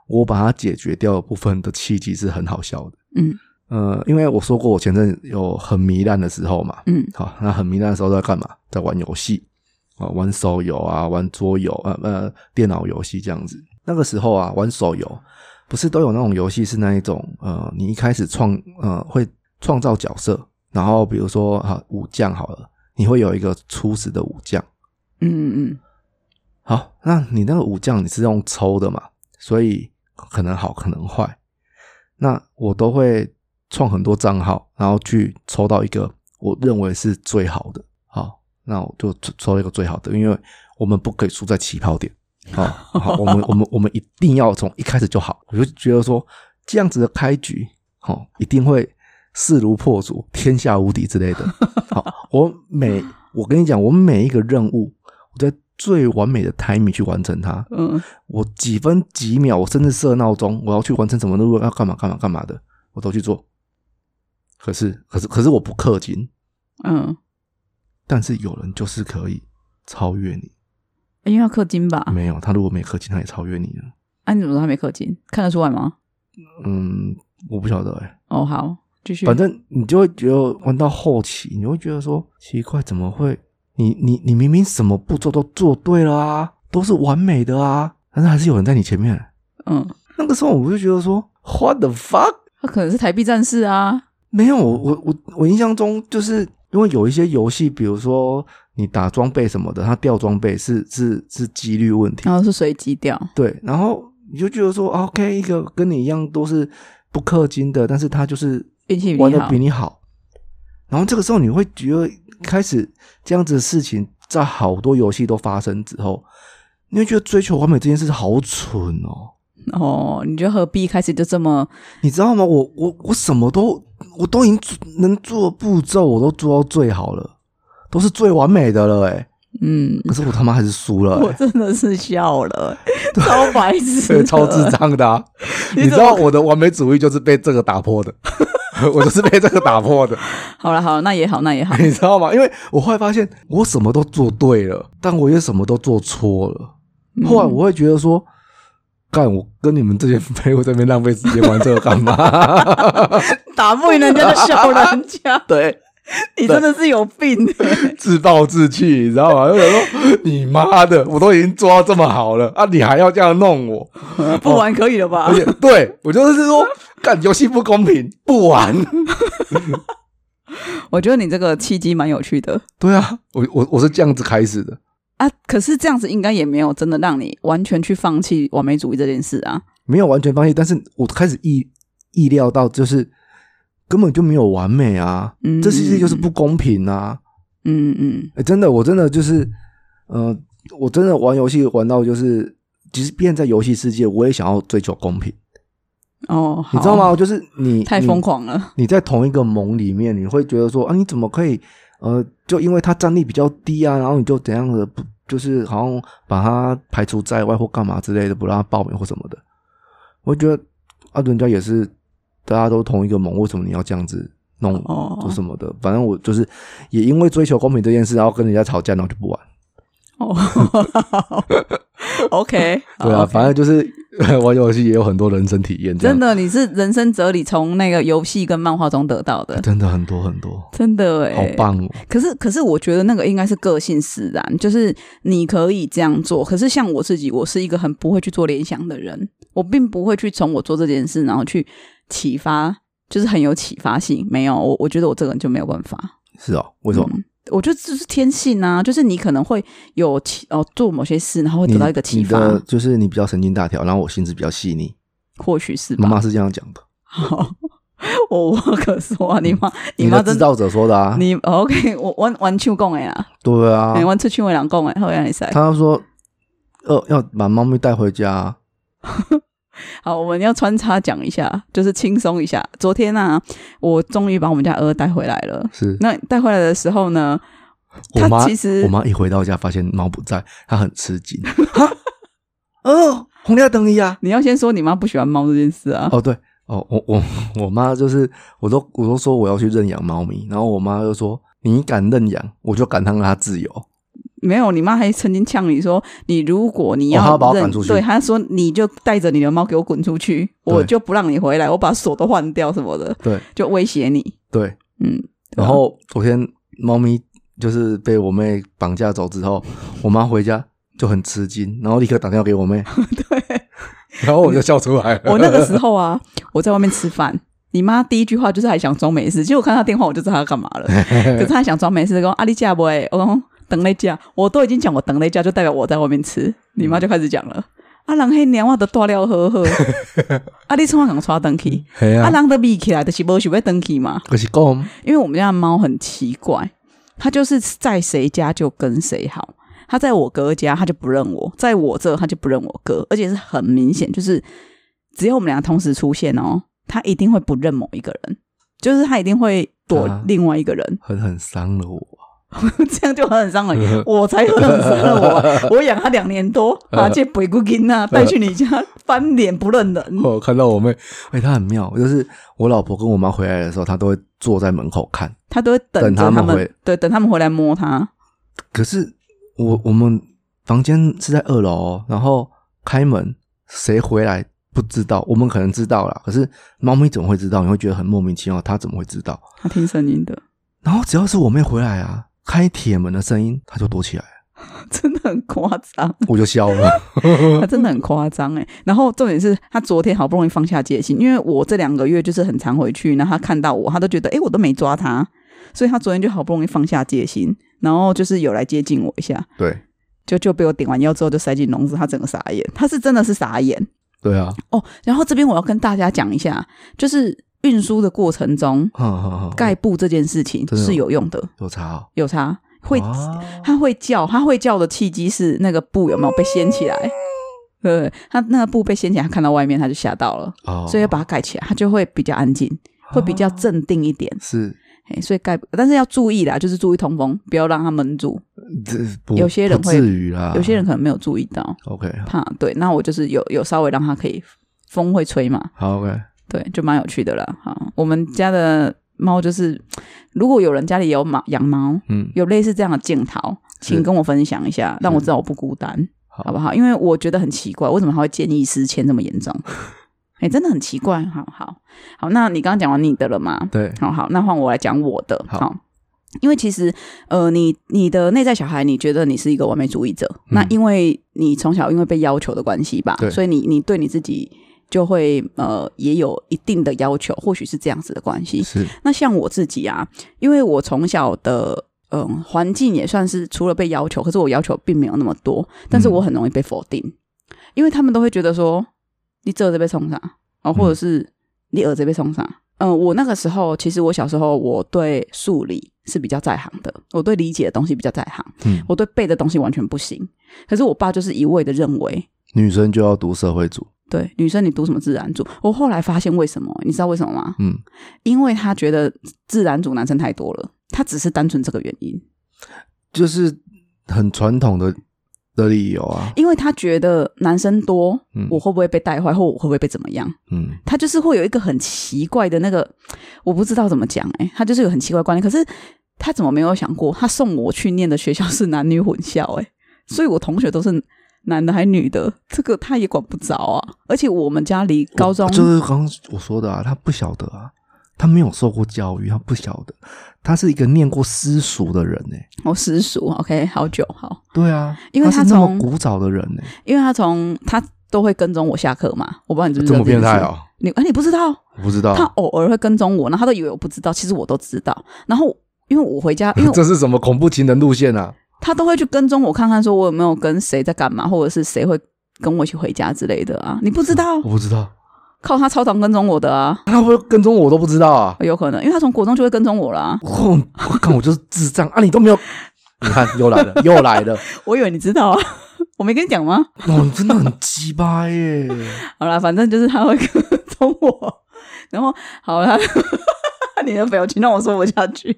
我把它解决掉的部分的契机是很好笑的。
嗯
呃，因为我说过我前阵有很糜烂的时候嘛，
嗯
好，那很糜烂的时候都在干嘛？在玩游戏啊，玩手游啊，玩桌游啊，呃，电脑游戏这样子。那个时候啊，玩手游不是都有那种游戏是那一种呃，你一开始创呃会创造角色，然后比如说啊武将好了，你会有一个初始的武将。
嗯嗯
好，那你那个武将你是用抽的嘛，所以可能好可能坏。那我都会创很多账号，然后去抽到一个我认为是最好的。好，那我就抽抽一个最好的，因为我们不可以输在起跑点。好，好，我们我们我们一定要从一开始就好。我就觉得说这样子的开局，好、一定会势如破竹、天下无敌之类的。好，我每我跟你讲，我每一个任务，我在最完美的 timing 去完成它。
嗯嗯，
我几分几秒，我甚至设闹钟，我要去完成什么任务，要干嘛干嘛干嘛的，我都去做。可是，可是，可是我不氪金，
嗯，
但是有人就是可以超越你。
因为要氪金吧？
没有，他如果没氪金，他也超越你了。
啊，你怎么知道他没氪金？看得出来吗？
嗯，我不晓得哎、
哦，好，继续。
反正你就会觉得玩到后期，你会觉得说奇怪，怎么会？你你你明明什么步骤都做对了啊，都是完美的啊，但是还是有人在你前面。
嗯，
那个时候我就觉得说，What the fuck？
他可能是台币战士啊。
没有，我我我我印象中就是因为有一些游戏，比如说你打装备什么的，它掉装备是是是几率问题，
然后是随机掉，
对。然后你就觉得说啊 OK，一个跟你一样都是不氪金的，但是他就是
运气比
玩
你
的
好
比。你好，然后这个时候你会觉得开始这样子的事情在好多游戏都发生之后，你会觉得追求完美这件事好蠢哦。
哦，你就何必一开始就这么
你知道吗？我我我什么都我都已经做能做的步骤我都做到最好了，都是最完美的了哎、
嗯？
可是我他妈还是输了、
我
欸，
真的是笑 了，超白痴的，
对，超智障的、啊。
你
你
怎么
知道我的完美主义就是被这个打破的， 我就是被这个打破的， 。
好了好了，那也好，那也好
你知道吗？因为我后来发现我什么都做对了，但我也什么都做错了。
嗯
后来我会觉得说，干我跟你们这些朋友在那边浪费时间玩这个干 嘛？，
打不赢人家就笑人家
对，
你真的是有病、
自暴自弃，你知道吗？就想说你妈的，我都已经做到这么好了啊，你还要这样弄我？
不玩可以了吧
而？且对我就是说，干游戏不公平，不玩。
我觉得你这个契机蛮有趣的
对啊，我我我是这样子开始的，
啊，可是这样子应该也没有真的让你完全去放弃完美主义这件事啊。
没有完全放弃，但是我开始意意料到，就是根本就没有完美啊，
嗯
这世界就是不公平啊！
嗯嗯
诶真的，我真的就是，呃，我真的玩游戏玩到就是，即便在游戏世界，我也想要追求公平，
哦，好
你知道？吗？嗯就是你
太
你
疯狂了，
你在同一个盟里面，你会觉得说啊，你怎么可以呃，就因为他战力比较低啊，然后你就怎样的不就是好像把他排除在外或干嘛之类的，不让他报名或什么的。我觉得啊，人家也是大家都同一个盟，为什么你要这样子弄
哦
或什么的？反正我就是也因为追求公平这件事，然后跟人家吵架，然后就不玩。
哦 ，OK，
对啊，
好
反正就是呃玩游戏也有很多人生体验，这样
真的你是人生哲理从那个游戏跟漫画中得到的，
真的很多很多，
真的哎、
好棒哦！
可是，可是我觉得那个应该是个性使然，就是你可以这样做。可是像我自己，我是一个很不会去做联想的人，我并不会去从我做这件事，然后去启发，就是很有启发性。没有，我我觉得我这个人就没有办法。
是哦，为什么？
嗯我觉得这是天性啊，就是你可能会有启哦做某些事，然后会得到一个启
你的
发，
就是你比较神经大条，然后我心思比较细腻。
或许是
妈
吧。
妈是这样讲的，
好，我我可说啊，你妈
嗯你
妈
的
真
制
的
造者说的啊，
你哦 OK，我玩玩手讲的啦，
对啊
哎、，玩出去我人讲的，好让你塞。
他说呃要把猫咪带回家啊，
好，我们要穿插讲一下，就是轻松一下。昨天呢、我终于把我们家鹅带回来了。
是
那带回来的时候呢，
我
它
妈
其实
我妈一回到家发现猫不在，她很吃 惊，哈，哦，红亮灯一啊，
你要先说你妈不喜欢猫这件事啊。
哦对。哦，我我我妈就是，我都我都说我要去认养猫咪，然后我妈就说：“你敢认养，我就敢让它自由。
没有，你妈还曾经呛你说，你如果你
哦她
要
要把我
认
赶出去
对，她说你就带着你的猫给我滚出去，我就不让你回来，我把锁都换掉什么的，
对
就威胁你。”
对，
嗯，对
然
啊
后昨天猫咪就是被我妹绑架走之后，我妈回家就很吃惊，然后立刻打电话给我妹，
对。
然后我就笑出来了。
我那个时候啊，我在外面吃饭，你妈第一句话就是还想装没事，结果我看她电话，我就知道她干嘛 了。可是她还想装没事，说啊你嫁不会，我讲等你嫁，我都已经讲我等你嫁，就代表我在外面吃。你妈就开始讲了，啊人黑娘我都大了呵 呵，啊你从我讲刷灯去，
嘿
啊
啊，
人都闭起来，就是无想要灯去嘛。
可是讲
因为我们家的猫很奇怪，它就是在谁家就跟谁好。它在我哥家，它就不认我；在我这，它就不认我哥，而且是很明显，就是只要我们俩同时出现哦，它一定会不认某一个人，就是它一定会躲
啊
另外一个人，
狠狠伤了我，
这样就很伤 人。我才很伤了啊我，我养它两年多，把这鬼姑 囡啊带去你家，翻脸不认人。
我看到我妹，哎、她很妙，就是我老婆跟我妈回来的时候，她都会坐在门口看。
它都会等
等
着
它们
他们
回，
对，等他们回来摸它。
可是我我们房间是在二楼哦、然后开门谁回来不知道，我们可能知道啦，可是猫咪怎么会知道？你会觉得很莫名其妙，它怎么会知道？
它听声音的，
然后只要是我妹回来啊，开铁门的声音，她就躲起来，
真的很夸张。
我就笑了。
他真的很夸张哎。然后重点是他昨天好不容易放下戒心，因为我这两个月就是很常回去，然后他看到我，他都觉得哎、诶我都没抓他，所以他昨天就好不容易放下戒心，然后就是有来接近我一下，
对，
就就被我顶完药之后就塞进笼子，他整个傻眼，他是真的是傻眼。
对啊，
哦，然后这边我要跟大家讲一下，就是运输的过程中
哈哈哈，
盖布这件事情
哦真的有哦
是有用的，
有差哦，
有差会
啊
它会叫，它会叫的契机是那个布有没有被掀起来？对，它那个布被掀起来，它看到外面它就吓到了，
哦，
所以要把它盖起来，它就会比较安静，会比较镇定一点。
是
嘿，所以盖，但是要注意啦，就是注意通风，不要让它闷住。
这不
有些人
不
会
至于啦，
有些人可能没有注意到，
OK
怕对。那我就是有有稍微让它可以风会吹嘛，
好 OK，
对，就蛮有趣的啦。哈，我们家的猫就是，如果有人家里有猫养猫，
嗯，
有类似这样的镜头，请跟我分享一下，让我知道我不孤单，
好
好不好？因为我觉得很奇怪，为什么他会见异思迁这么严重？ 哎、真的很奇怪。好好好，那你刚刚讲完你的了吗？
对，
好好，那换我来讲我的。
好
因为其实，呃，你你的内在小孩，你觉得你是一个完美主义者，那因为你从小因为被要求的关系吧
嗯对，
所以你你对你自己就会呃也有一定的要求，或许是这样子的关系。
是
那像我自己啊，因为我从小的嗯环境也算是除了被要求，可是我要求并没有那么多，但是我很容易被否定，因为他们都会觉得说你这儿子被冲上哦，或者是你儿子被冲上。嗯、我那个时候其实我小时候我对数理是比较在行的，我对理解的东西比较在行，
嗯
我对背的东西完全不行。可是我爸就是一味的认为。
女生就要读社会组，
对，女生你读什么自然组？我后来发现为什么？你知道为什么吗？
嗯，
因为他觉得自然组男生太多了，他只是单纯这个原因，
就是很传统的的理由啊，
因为他觉得男生多
嗯，
我会不会被带坏，或我会不会被怎么样？
嗯
他就是会有一个很奇怪的那个，我不知道怎么讲哎、他就是有很奇怪的观念。可是他怎么没有想过，他送我去念的学校是男女混校哎、所以我同学都是男的还女的，这个他也管不着啊。而且我们家离高中
我哦就是刚刚我说的啊，他不晓得啊，他没有受过教育，他不晓得，他是一个念过私塾的人欸呢、
我哦私塾 OK 好久好，
对啊，
因为
他
他
是那么
从
古早的人呢、
因为他从他都会跟踪我下课嘛，我不知道你知不知
这
道
么
这件
变
事
态哦、
你啊，你不知道，
我不知道
他 偶尔会跟踪我，然后他都以为我不知道，其实我都知道。然后因为我 回家，因为我
这是什么恐怖情人路线啊？
他都会去跟踪我，看看说我有没有跟谁在干嘛，或者是谁会跟我一起回家之类的啊。你不知道，
我不知道，
靠他超常跟踪我的啊，
他会跟踪我都不知道啊！
有可能，因为他从国中就会跟踪我了、啊。
我我看我就是智障啊！你都没有， 你看又来了， 又来了，
我以为你知道啊， 我没跟你讲吗？
哦，你真的很鸡巴耶！
好啦，反正就是他会跟踪我，然后好啦， 你的表情让我说不下去，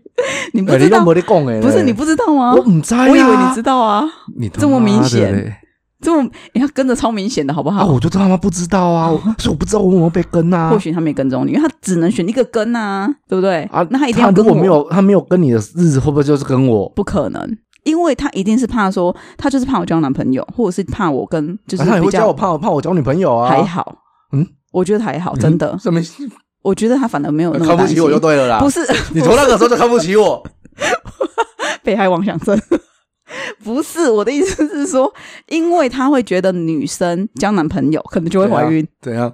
你不
哎
知
你
道
都，没得讲哎，
不是你不知道吗？
我唔知啊，
我以为你知道啊，
你他
这么
妈
明
的
显
嘞
这么你看跟着超明显的好不好？
啊！我就他妈不知道啊，我所以我不知道我有没有被跟啊。
或许他没跟踪你，因为他只能选一个跟啊，对不对？
啊，
那他一定要
如
跟
果
我，
没有他没有跟你的日子，会不会就是跟我？
不可能，因为他一定是怕说，他就是怕我交男朋友，或者是怕我跟就是
啊他也
比
会叫
较
我怕我怕我交女朋友啊？
还好，
嗯，
我觉得还好，真的，
什么
我觉得他反而没有那么
看不
担心
起我就对了啦
不。是
你从那个时候就看不起我，
被害妄想症。 不是我的意思是说，因为他会觉得女生交男朋友可能就会
啊
怀孕，
怎样？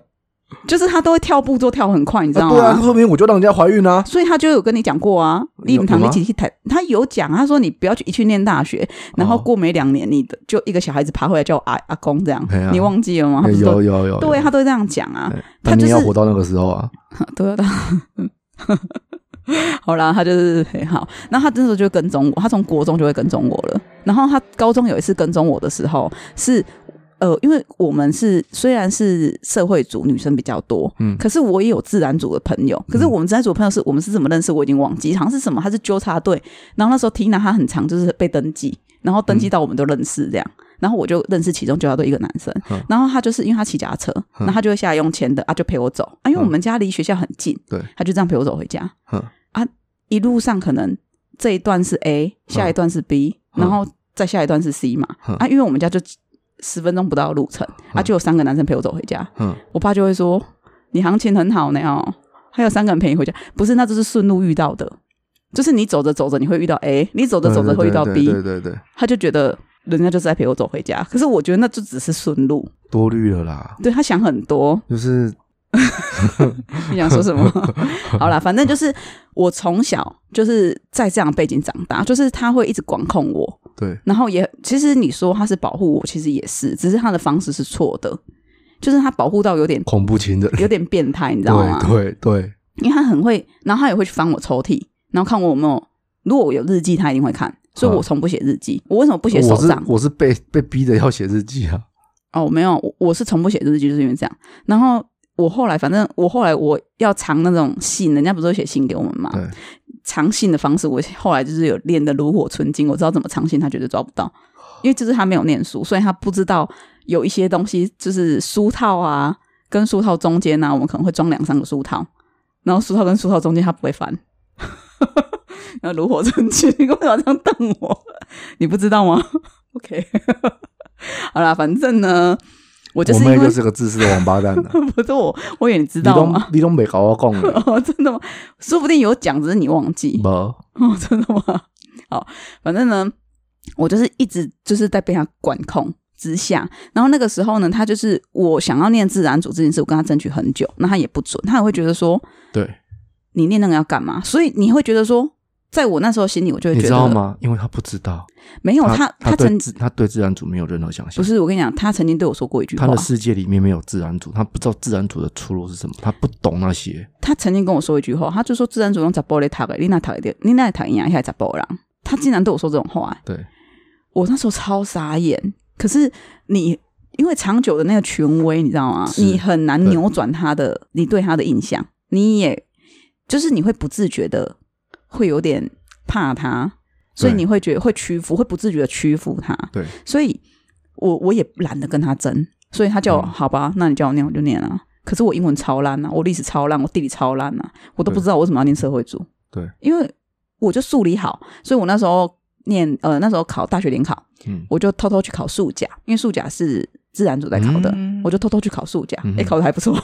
就是他都会跳步骤跳很快，你知
啊
道
对啊，
吗？
说明我就让人家怀孕啊。
所以他就有跟你讲过啊，你
有
堂
有
你
吗
起去谈，他有讲，他说你不要去一去念大学，
哦
然后过没两年，你的就一个小孩子爬回来叫我阿阿公这样
哎呀，
你忘记了吗？他不是
有
都
有有，
啊对
有
他都这样讲啊，
哎
他
那
就
你要
是
活到那个时候啊。
对啊，他 好啦，他就是很好。那他那时候就跟踪我，他从国中就会跟踪我了。然后他高中有一次跟踪我的时候是。呃，因为我们是虽然是社会组女生比较多，
嗯
可是我也有自然组的朋友，可是我们自然组的朋友是我们是怎么认识，我已经忘记，好像是什么，他是纠察队，然后那时候 Tina 她很长，就是被登记，然后登记到我们都认识这样，然后我就认识其中纠察队一个男生，
嗯
然后他就是因为他骑脚踏车，
嗯
然后他就会下来用钱的啊，就陪我走啊，因为我们家离学校很近，
对
他就这样陪我走回家
嗯
啊，一路上可能这一段是 A，下一段是 B，
嗯
然后再下一段是 C 嘛，
嗯
啊，因为我们家就十分钟不到的路程啊，
嗯
就有三个男生陪我走回家，
嗯，
我爸就会说：“你行情很好呢哦，还有三个人陪你回家。”不是，那就是顺路遇到的，就是你走着走着你会遇到 A，你走着走着会遇到 B，
对对对对对，
他就觉得人家就是在陪我走回家。可是我觉得那就只是顺路，
多虑了啦，
对他想很多。
就是
你想说什么？ 好啦，反正就是我从小就是在这样的背景长大，就是他会一直管控我，
对
然后也其实你说他是保护我，其实也是，只是他的方式是错的。就是他保护到有点
恐怖情人，
有点变态，你知道吗？
对对对，
因为他很会，然后他也会去翻我抽屉，然后看我有没有，如果我有日记，他一定会看，所以我从不写日记。我为什么不写手
啊哦我是
账？
我是被被逼的要写日记啊，
哦，没有，我我是从不写日记，就是因为这样。然后我后来，反正我后来我要藏那种信，人家不是会写信给我们吗？
对，
藏信的方式，我后来就是有练的炉火纯青，我知道怎么藏信，他绝对抓不到，因为就是他没有念书，所以他不知道有一些东西就是书套啊，跟书套中间呢、啊我们可能会装两三个书套，然后书套跟书套中间他不会翻， 然后炉火纯青，你为什么这样瞪我？你不知道吗 ？OK，好啦，反正呢，我就
我
是因
妹
为
就是个自私的王八蛋啊
不是我，我以为你 知
你
道
都
吗？
你都没搞我讲 了，
哦，真的吗？说不定有讲，只是你忘记。
没
哦，真的吗？好，反正呢，我就是一直就是在被他管控之下。然后那个时候呢，他就是我想要念自然组这件事，我跟他争取很久，那他也不准，他也会觉得说
对，
你念那个要干嘛？所以你会觉得说，在我那时候心里，我就会
你
觉得
知道？吗？因为他不知道，
没有
他
他，
他对
曾
自他对自然组没有任何想象
不。是我跟你讲，他曾经对我说过一句话
他，的世界里面没有自然组，他不知道自然组的出路是什么，他不懂那些。
他曾经跟我说一句话，他就说自然组用杂波来塔的，你那塔的，你那塔一样还杂波人。他竟然对我说这种话、
对，
我那时候超傻眼。可是你因为长久的那个权威，你知道吗？
是
你很难扭转他的你对他的印象，你也就是你会不自觉的会有点怕他，所以
对
你会觉得会屈服，会不自觉的屈服他。
对，
所以我我也懒得跟他争，所以他叫我、
嗯
好吧，那你叫我念我就念啊。可是我英文超烂啊，我历史超烂，我地理超烂啊，我都不
对
知道我为什么要念社会组。
对，
因为我就数理好，所以我那时候念呃那时候考大学联考，
嗯，
我就偷偷去考数甲，因为数甲是自然组在考的，
嗯
我就偷偷去考数甲，
嗯
哎、
哼
考的还不错，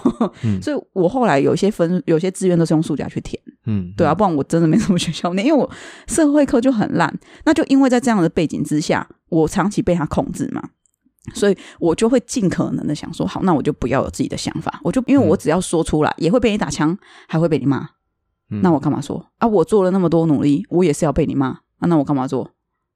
嗯
所以我后来有一些分有些志愿都是用数甲去填，
嗯，
对啊，，不然我真的没什么学校念，因为我社会课就很烂，那就因为在这样的背景之下，我长期被他控制嘛。所以我就会尽可能的想说，好，那我就不要有自己的想法，我就因为我只要说出来，也会被你打枪，还会被你骂，
嗯
那我干嘛说啊？我做了那么多努力，我也是要被你骂啊！那我干嘛做？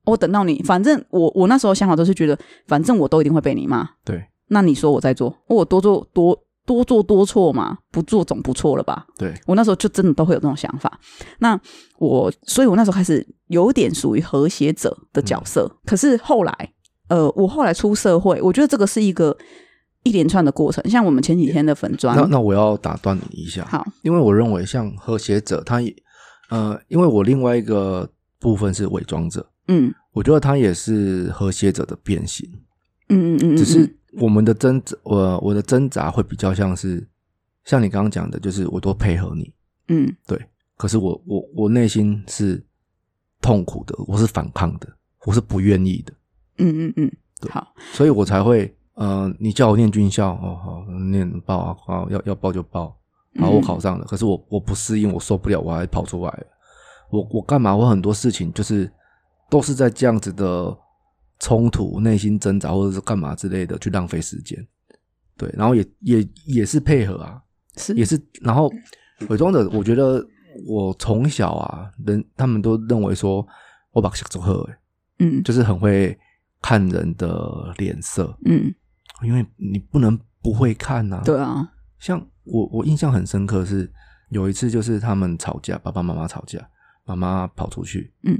我等到你，反正我我那时候想法都是觉得，反正我都一定会被你骂。
对
那你说我在做，我多做多多做多错嘛，不做总不错了吧？
对，
我那时候就真的都会有这种想法。那我，所以我那时候开始有点属于和谐者的角色。
嗯
可是后来，呃，我后来出社会，我觉得这个是一个一连串的过程。像我们前几天的粉砖
那，那我要打断你一下，
好，
因为我认为像和谐者，他也呃，因为我另外一个部分是伪装者，
嗯
我觉得他也是和谐者的变形，
嗯嗯嗯，嗯
只是我们的挣扎，我我的挣扎会比较像是像你刚刚讲的，就是我都配合你，
嗯。
可是我我我内心是痛苦的，我是反抗的，我是不愿意的，
嗯嗯嗯，
对
好，
所以我才会呃，你叫我念军校，哦好，念报啊，好要要报就报，然后我
嗯
考上了，可是我我不适应，我受不了，我还跑出来了，我我干嘛？我很多事情就是都是在这样子的冲突、内心挣扎或者是干嘛之类的去浪费时间，对，然后也也也是配合啊，
是
也是，然后伪装者，我觉得我从小啊，人他们都认为说我把小做喝、欸，
嗯
就是很会看人的脸色，
嗯，
因为你不能不会看呐、啊。
对，啊，
像我我印象很深刻是有一次就是他们吵架，爸爸妈妈吵架，妈妈跑出去，
嗯，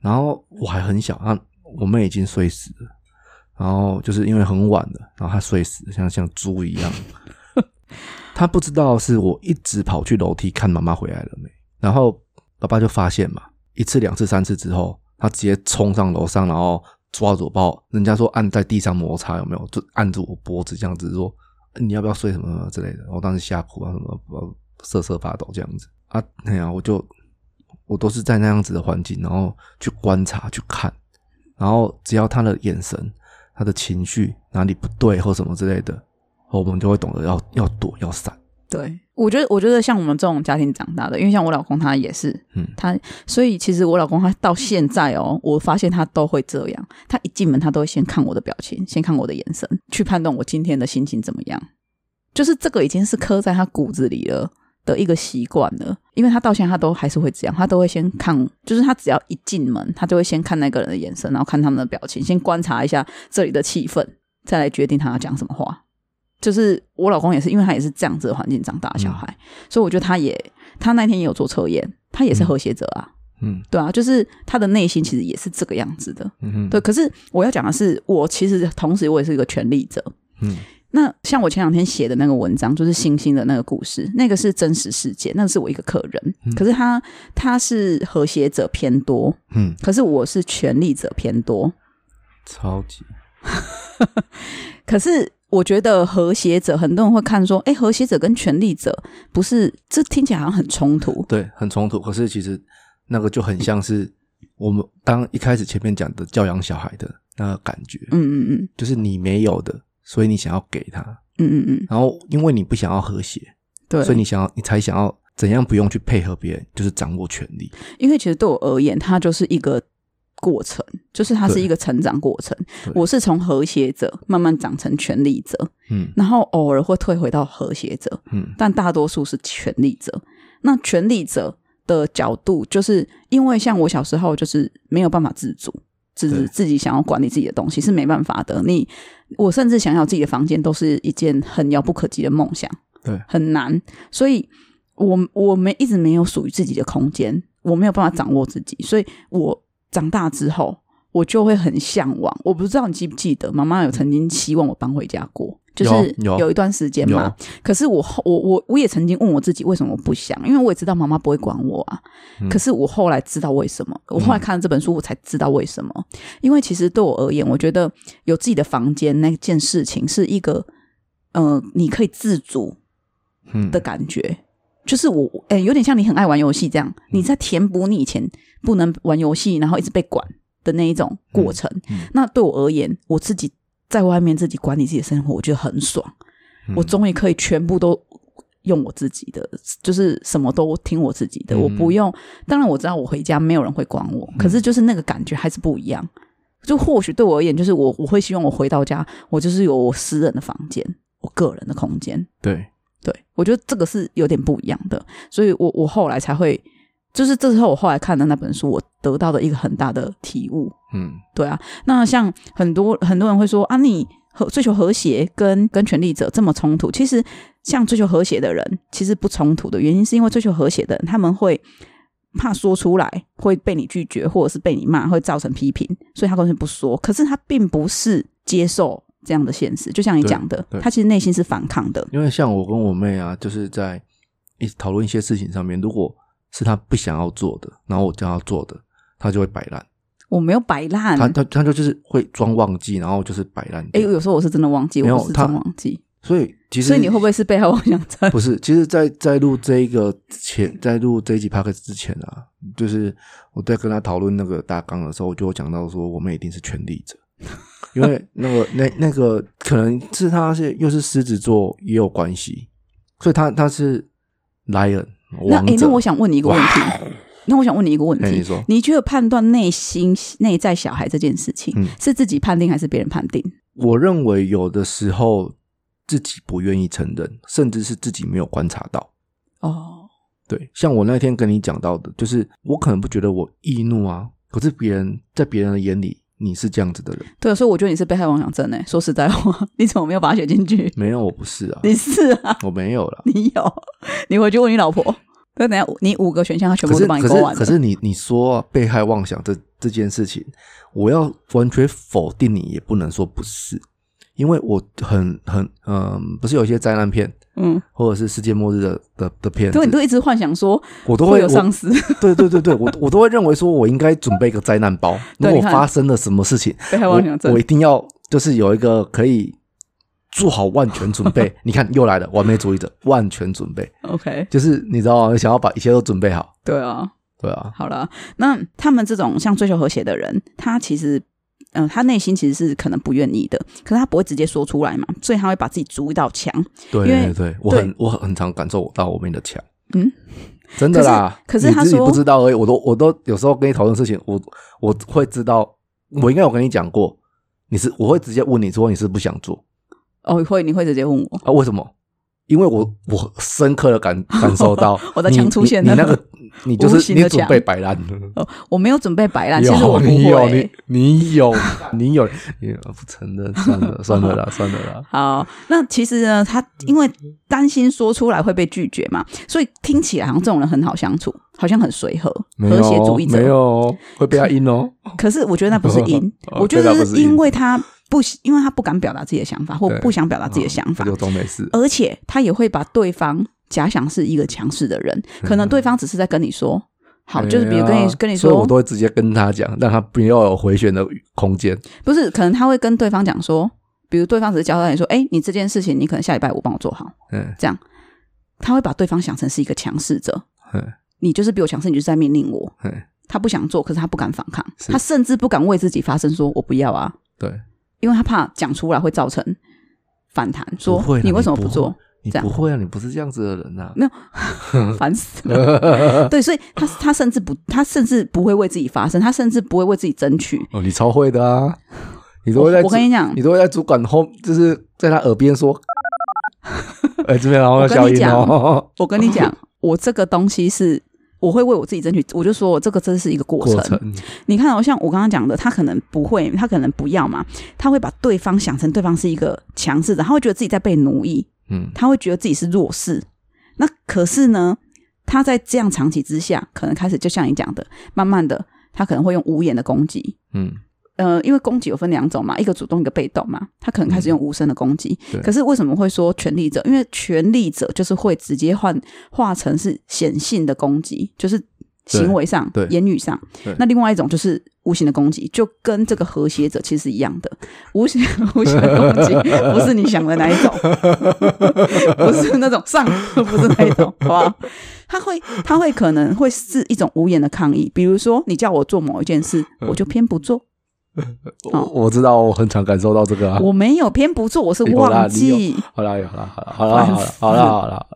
然后我还很小，啊，我妹已经睡死了，然后就是因为很晚了，然后她睡死，像像猪一样。她不知道是我一直跑去楼梯看妈妈回来了没，然后爸爸就发现嘛，一次、两次、三次之后，他直接冲上楼上，然后抓着我把我，人家说按在地上摩擦有没有？就按住我脖子这样子说，你要不要睡什么什么之类的。我当时吓哭啊什么，呃瑟瑟发抖这样子啊，哎呀、我就我都是在那样子的环境，然后去观察去看，然后只要他的眼神、他的情绪哪里不对或什么之类的，我们就会懂得要要躲要闪。
对，我觉得我觉得像我们这种家庭长大的，因为像我老公他也是，
嗯
他所以其实我老公他到现在哦，我发现他都会这样，他一进门他都会先看我的表情，先看我的眼神，去判断我今天的心情怎么样，就是这个已经是刻在他骨子里了。的一个习惯了，因为他到现在他都还是会这样，他都会先看，就是他只要一进门，他就会先看那个人的眼神，然后看他们的表情，先观察一下这里的气氛，再来决定他要讲什么话。就是我老公也是，因为他也是这样子的环境长大的小孩，所以我觉得他也他那天也有做测验，他也是和谐者啊，
嗯
对啊，就是他的内心其实也是这个样子的，
嗯哼，
对。可是我要讲的是，我其实同时我也是一个权力者。
嗯
那像我前两天写的那个文章，就是星星的那个故事，那个是真实事件，那是我一个客人，可是他他是和谐者偏多，
嗯，
可是我是权力者偏多，
超级，
可是我觉得和谐者，很多人会看说，哎，和谐者跟权力者不是，这听起来好像很冲突。
对，很冲突。可是其实那个就很像是我们当一开始前面讲的教养小孩的那个感觉，
嗯嗯嗯
就是你没有的，所以你想要给他，
嗯嗯嗯，
然后因为你不想要和谐，
对。
所以你想要，你才想要怎样不用去配合别人，就是掌握权力。
因为其实对我而言，它就是一个过程，就是它是
对
一个成长过程
对。
我是从和谐者慢慢长成权力者，
嗯
然后偶尔会退回到和谐者，
嗯
但大多数是权力者。那权力者的角度，就是因为像我小时候就是没有办法自主，
对
自自己想要管理自己的东西是没办法的。你我甚至想要自己的房间，都是一件很遥不可及的梦想，
对
很难。所以我我们一直没有属于自己的空间，我没有办法掌握自己，所以我长大之后。我就会很向往，我不知道你记不记得，妈妈有曾经希望我搬回家过，就是
有有
一段时间
有
嘛，可是我后我我我也曾经问我自己为什么我不想，因为我也知道妈妈不会管我啊。
嗯
可是我后来知道为什么，我后来看了这本书，我才知道为什么。因为其实对我而言，我觉得有自己的房间那件事情是一个，呃，你可以自主
嗯
的感觉。就是我，哎、有点像你很爱玩游戏
嗯
这样，你在填补你以前不能玩游戏，然后一直被管的那一种过程。
嗯嗯
那对我而言，我自己在外面自己管理自己的生活，我觉得很爽。
嗯
我终于可以全部都用我自己的，就是什么都听我自己的，
嗯
我不用。当然我知道我回家没有人会管我，可是就是那个感觉还是不一样。就或许对我而言，就是我我会希望我回到家，我就是有我私人的房间，我个人的空间。
对，
对我觉得这个是有点不一样的，所以我我后来才会，就是这时候我后来看的那本书，我得到的一个很大的体悟，
嗯
对啊，那像很多很多人会说啊，你和追求和谐跟跟权力者这么冲突，其实像追求和谐的人，其实不冲突的原因是因为追求和谐的人，他们会怕说出来会被你拒绝，或者是被你骂，会造成批评，所以他根本不说。可是他并不是接受这样的现实，就像你
对
讲的
对，
他其实内心是反抗的。
因为像我跟我妹啊，就是在一讨论一些事情上面，如果是她不想要做的，然后我叫她做的，她就会摆烂，
我没有摆烂，
她她她就就是会装忘记，然后就是摆烂
嗯哎、
掉。
有时候我是真的忘记，
没有
我不是
他
真忘记，
所以其实
所以你会不会是被害妄想 症？
不是，其实在，在录这一个前，在录这一集 p o d 之前啊，就是我在跟他讨论那个大纲的时候，我就有讲到说，我们一定是权力者，因为那个 那那个可能是他是又是狮子座也有关系，所以他他是 lion
那
王
诶
者，
那我想问你一个问题，那我想问你一个问
嘿
题
哎你说，
你觉得判断内心内在小孩这件事情、
嗯
是自己判定还是别人判定？
我认为有的时候自己不愿意承认，甚至是自己没有观察到。
哦，
对，像我那天跟你讲到的，就是我可能不觉得我易怒啊，可是别人在别人的眼里，你是这样子的人，
对，所以我觉得你是被害妄想症诶、说实在话， 你怎么没有把它写进去？
没有，我不是啊，
你是啊，
我没有啦。
你有，你回去问你老婆。那等一下你五个选项，她全
可
部都
是
帮你
可
勾
是
完
可
了。
是你你说、啊、被害妄想这这件事情，我要完全否定你，也不能说不是，因为我很很嗯、不是有一些灾难片
嗯，
或者是世界末日的的的片子
对，你都一直幻想说
我都
会
会
有
我
丧尸
对对对对，我我都会认为说我应该准备一个灾难包，如
对
果
你看
发生了什么事情，
被害
我
妄想症
我一。定要就是有一个可以做好万全准 备。你看又来了，完美主义者，万全准备，
OK，
就是你知道吗？想要把一切都准备好，
对啊，
对啊，
好了，那他们这种像追求和谐的人，他其实，嗯、他内心其实是可能不愿意的，可是他不会直接说出来嘛，所以他会把自己筑一道墙。
对
因
对
为
对，我
对
很我很常感受到我妹的强，
嗯，
真的啦，
可是可是他
你自己
说
不知道而已，我都我都有时候跟你讨论事情，我我会知道，我应该有跟你讲过，你是我会直接问你说你是不想做
哦，会，你会直接问我，
啊？为什么？因为我我深刻的感感受到
我的
你
墙出现
你你
了
那个你就
无
是
形
你
的
准
墙
备摆烂了。
哦，我没有准备摆烂，其实我
有
不
你有
会
你。你有你有你有不承认，算 了算了啦，算了啦。
好，那其实呢，他因为担心说出来会被拒绝嘛，所以听起来好像这种人很好相处，好像很随和、
没
和谐
有
主义者。
没有哦会被他阴 哦，，
可是我觉得那不是赢
哦
我觉
对那不
得
是
是
赢
因为他不喜，因为他不敢表达自己的想法，或
对
不想表达自己的想
他
法，呃
就啊装没事。
而且他也会把对方假想是一个强势的人，可能对方只是在跟你说，好，就是比如跟
嗯哎
你
呀
跟你
所以我
说，
都会直接跟他讲，让他不要有回旋的空间。
不是，可能他会跟对方讲说，比如对方只是交代你说，哎，你这件事情你可能下礼拜我帮我做好，
嗯，
这样，他会把对方想成是一个强势者
嗯，
你就是比我强势，你就是在命令我
嗯，
他不想做，可是他不敢反抗，
是
他甚至不敢为自己发声，说我不要啊，
对，
因为他怕讲出来会造成反弹，说
不会啦
你为什么
你不
不做？
你
这样嗯
不会啊，你不是这样子的人呐。
没有，烦 死了。对，所以他他甚至不，他甚至不会为自己发声，他甚至不会为自己争取。
哦，你超会的啊，你都
我
会在
我
主
跟你讲
你都会在主管后，就是在他耳边 说。哎，这边然后要
我跟
消
你
音哦，
我跟你讲， 我这个东西是。我会为我自己争取，我就说我这个真是一 个过程。
过程嗯
你看、哦，像我刚刚讲的，他可能不会，他可能不要嘛，他会把对方想成对方是一个强势的，他会觉得自己在被奴役，
嗯，
他会觉得自己是弱势。那可是呢，他在这样长期之下，可能开始就像你讲的，慢慢的，他可能会用无言的攻击，
嗯，
呃，因为攻击有分两种嘛，一个主动，一个被动嘛。他可能开始用无声的攻击
嗯对，
可是为什么会说权力者？因为权力者就是会直接换化成是显性的攻击，就是行为上
对、对
言语上
对。
那另外一种就是无形的攻击，就跟这个和谐者其实是一样的。无形无形 的攻击不是你想的那一种， 不是那种上，不是那一种，好不好？他会他会可能会是一种无言的抗议，比如说你叫我做某一件事，我就偏不做。
我我知道，我很常感受到这个啊。
哦我没有偏不做，我是
你有啦
忘
你
记。
好啦，好啦，好啦，好啦，好啦，好啦，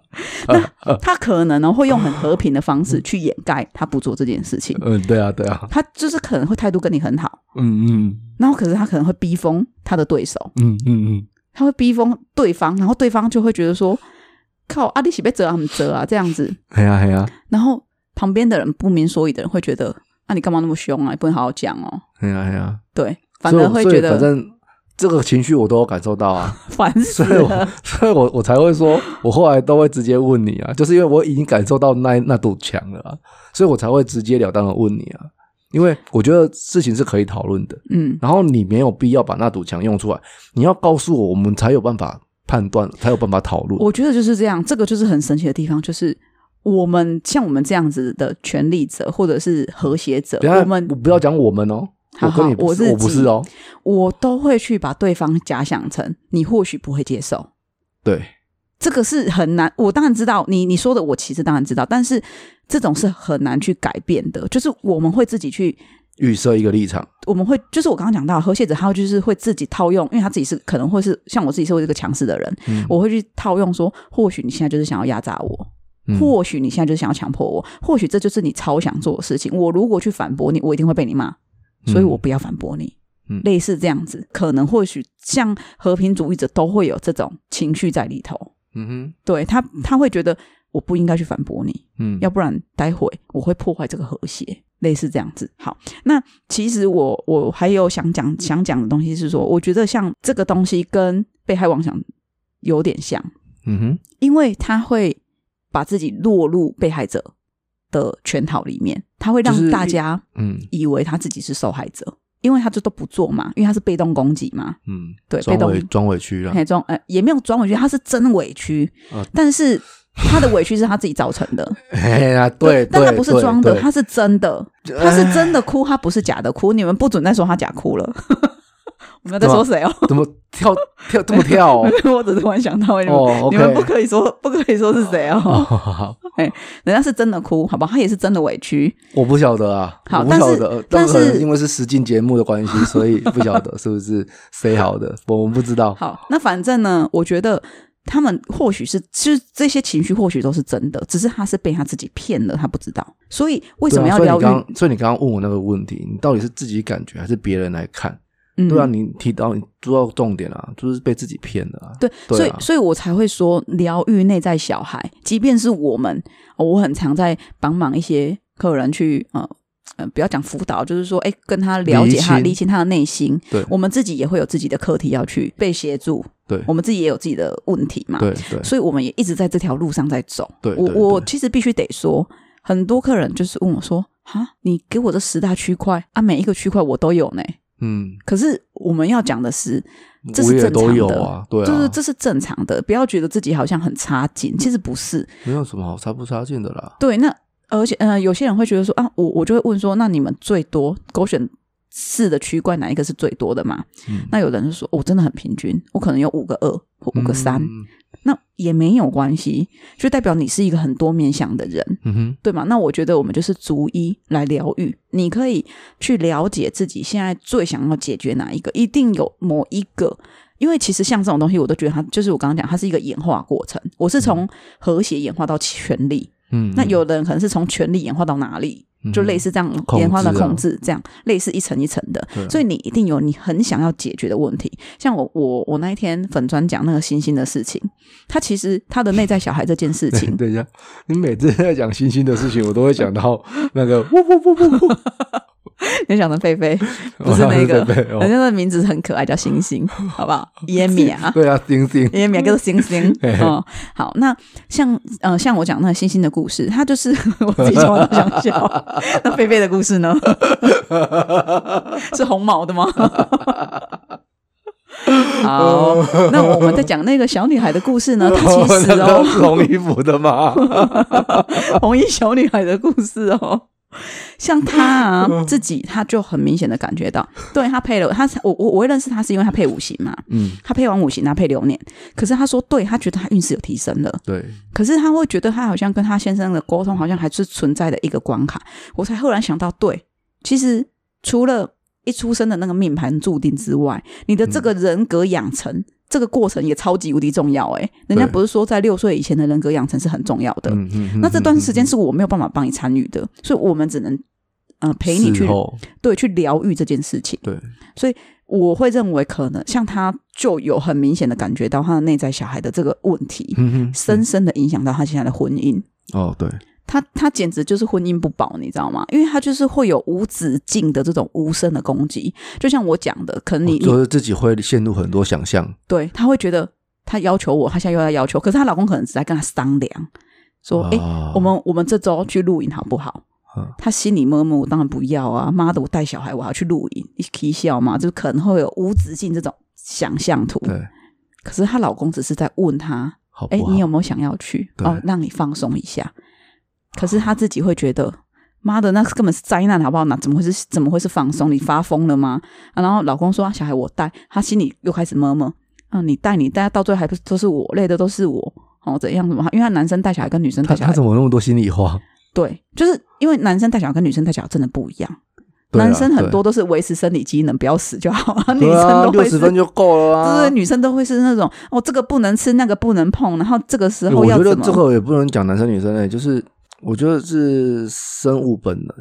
呃
他可能呢会用很和平的方式去掩盖他不做这件事情。
嗯，对啊，对啊，
他就是可能会态度跟你很好，
嗯嗯
然后可是他可能会逼疯他的对手，
嗯嗯
他会逼疯对方，然后对方就会觉得说：“靠，阿里喜被折啊，他们折啊这样子。
嗯，哎呀哎呀”
然后旁边的人不明所以的人会觉得：“那、你干嘛那么凶啊？你不能好好讲哦。
哎呀哎呀，”
对，反而会
所以
觉
所以反
得
正这个情绪我都有感受到 啊，
烦死
所以我
了。
所以我我才会说，我后来都会直接问你啊，就是因为我已经感受到那那堵墙了、啊，所以我才会直截了当的问你啊，因为我觉得事情是可以讨论的，
嗯，
然后你没有必要把那堵墙用出来，你要告诉我，我们才有办法判断，才有办法讨论。
我觉得就是这样，这个就是很神奇的地方，就是我们像我们这样子的权力者或者是和谐者，
等一下
我们
不要讲我们哦，
好
我跟你
好
不是，
我自己
我不是哦，
我都会去把对方假想成你或许不会接受，
对，
这个是很难。我当然知道你你说的，我其实当然知道，但是这种是很难去改变的，就是我们会自己去。
预设一个立场，
我们会，就是我刚刚讲到，和谐者他就是会自己套用，因为他自己是可能会是像我自己是会是个强势的人，
嗯
我会去套用说，或许你现在就是想要压榨我，
嗯
或许你现在就是想要强迫我，或许这就是你超想做的事情。我如果去反驳你，我一定会被你骂，所以我不要反驳你。
嗯
类似这样子，可能或许像和平主义者都会有这种情绪在里头。
嗯哼，
对他，他会觉得我不应该去反驳你，
嗯，
要不然待会我会破坏这个和谐。类似这样子，好，那其实我我还有想讲想讲的东西是说，我觉得像这个东西跟被害妄想有点像，
嗯哼，
因为他会把自己落入被害者的圈套里面，他会
就是
让大家
嗯
以为他自己是受害者，因为他就都不做嘛，因为他是被动攻击嘛，
嗯，
对，
装
被动
委装委屈了
还装呃也没有装委屈，他是真委屈，
啊
但是他的委屈是他自己造成的，
哎呀， 对，
但他
对
不是
对
装的，
对哎
他是真的，他是真的哭，他不是假的哭，你们不准再说他假哭了。 我们在说谁哦？
怎么跳跳这么跳 哦？
我只是突然想到，你们、
哦
你们
，OK
不可以说，不可以说是谁哦。
好好好
人家是真的哭，好吧，他也是真的委屈。
我不晓得啊，
好
我不
但
晓
是
得，
但
可能
是
因为是实境节目的关 系，所以不晓得是不是谁好的，我们不知道。
好，那反正呢，我觉得他们或许是，就是这些情绪或许都是真的，只是他是被他自己骗了，他不知道。所以为
对
什么
啊
要
所以
疗
你
愈？
刚所以你刚刚问我那个问题，你到底是自己感觉还是别人来看？
嗯，
对啊，你提到你说到重点啊，就是被自己骗的啊。
对，
对
所以
啊
所以我才会说疗愈内在小孩，即便是我们，哦我很常在帮忙一些客人去呃。呃，不要讲辅导，就是说，哎，跟他了解他，
理清
理清他的内心。
对
我们自己也会有自己的课题要去被协助，
对
我们自己也有自己的问题嘛。
对对
所以我们也一直在这条路上在走。
对
我
对
我
对
其实必须得说，很多客人就是问我说：“哈，你给我这十大区块啊，每一个区块我都有呢。
嗯”，
可是我们要讲的是，这
我
是
也
正
都
常
有
的，
啊，对啊，
就是这是正常的，不要觉得自己好像很差劲，其实不是。
没有什么好插不插进的啦。
对，那而且呃，有些人会觉得说啊，我我就会问说，那你们最多勾选四的区块哪一个是最多的嘛？
嗯
那有人就说，哦我、真的很平均，我可能有五个二或五个三、
嗯
那也没有关系，就代表你是一个很多面向的人，
嗯哼，
对吗？那我觉得我们就是逐一来疗愈，你可以去了解自己现在最想要解决哪一个，一定有某一个。因为其实像这种东西，我都觉得它就是我刚刚讲，它是一个演化过程。我是从和谐演化到权力，
嗯，
那有的人可能是从权力演化到哪里，
嗯
就类似这样
控
演化的
制啊
控制，这样类似一层一层的。
对啊
所以你一定有你很想要解决的问题。像我我我那一天粉专讲那个星星的事情，他其实他的内在小孩这件事 情，
等一下，你每次在讲星星的事情，我都会讲 到那个呜呜呜呜呜，
你想成菲菲，不是那个，
哦对对
人家的名字很可爱，叫星星，好不好？耶米啊，
对啊，星星，
耶米啊，叫做星星。
嘿嘿
嗯，好，那像呃像我讲那个星星的故事，他就是 我自己说我都想笑。那菲菲的故事呢？是红毛的吗？好，那我们在讲那个小女孩的故 事呢，她其实
那
哦
都，是红衣服的 嘛，
红衣小女孩的故事哦。像她啊，自己她就很明显的感觉到，对她配了她，我我我会认识她是因为她配五行嘛，
嗯，
她配完五行，她配流年，可是她说对，她觉得她运势有提升了，
对，
可是她会觉得她好像跟她先生的沟通好像还是存在的一个关卡，我才忽然想到，对，其实除了一出生的那个命盘注定之外，你的这个人格养成。这个过程也超级无敌重要哎、人家
嗯对
不是说在六岁以前的人格养成是很重要的，
嗯嗯
那这段时间是我没有办法帮你参与的，所以我们只能呃陪你去
事后
对去疗愈这件事情。
对，
我会认为可能像他就有很明显的感觉到他的内在小孩的这个问题，
嗯哼
深深的影响到他现在的婚姻。
哦，对，
他他简直就是婚姻不保，你知道吗？因为他就是会有无止境的这种无声的攻击，就像我讲的，可能你
哦就
你
是自己会陷入很多想象，
对他会觉得他要求我，他现在又在要求，可是她老公可能只在跟她商量，说哎、诶
啊
我们我们这周去露营好不好
嗯？
他心里摸摸，我当然不要啊！妈的，我带小孩我还要去露营，一起笑嘛，就可能会有无止境这种想象图。
对，
可是她老公只是在问她：“
好不
哎，
好？
你有没有想要去？
对
哦，让你放松一下。”可是她自己会觉得：“妈的，那根本是灾难，好不好？那怎么会是怎么会是放松？你发疯了吗？”啊、然后老公说：“啊小孩我带。”她心里又开始摸摸：“啊，你带你带，到最后还不是都是我累的，都是我哦，怎样怎么？因为他男生带小孩跟女生带
他
小
他
孩
怎么那么多心里话？
对，就是因为男生带小孩跟女生带小孩真的不一样，
对啊
男生很多都是维持生理机能，不要死就好 了，女
对
生
啊，
都
六
会是
十。分就够了
对
啊。
对，女生都会是那种哦，这个不能吃，那个不能碰，然后这个时候
哎我
要
觉得
怎么？
这个也不能讲男生女生嘞、哎就是我觉得是生物本能，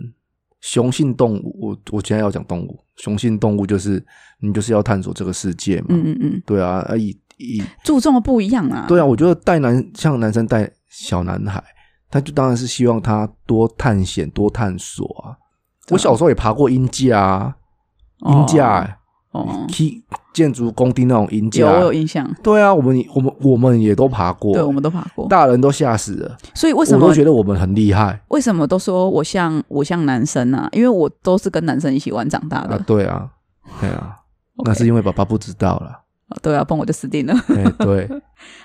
雄性动物。我我今天要讲动物，雄性动物就是你就是要探索这个世界嘛。
嗯嗯嗯，
对啊，啊以以
注重的不一样啊。
对啊，我觉得带男像男生带小男孩，他就当然是希望他多探险、多探索啊。
对啊
我小时候也爬过鹰架啊，
哦，
鹰架、欸，
哦，
去建筑工地那种鹰
有
架、
我有印象，
对啊，我们我们啊我们也都爬过、
对，我们都爬过。
大人都吓死了。
所以为什
我
么
都觉得我们很厉害
为什么都说我像我像男生啊？因为我都是跟男生一起玩长大
啊
的。！
对啊，对啊，
嗯 OK
那是因为爸爸不知道啦。
哦对啊，不然我就死定了。
哎，对，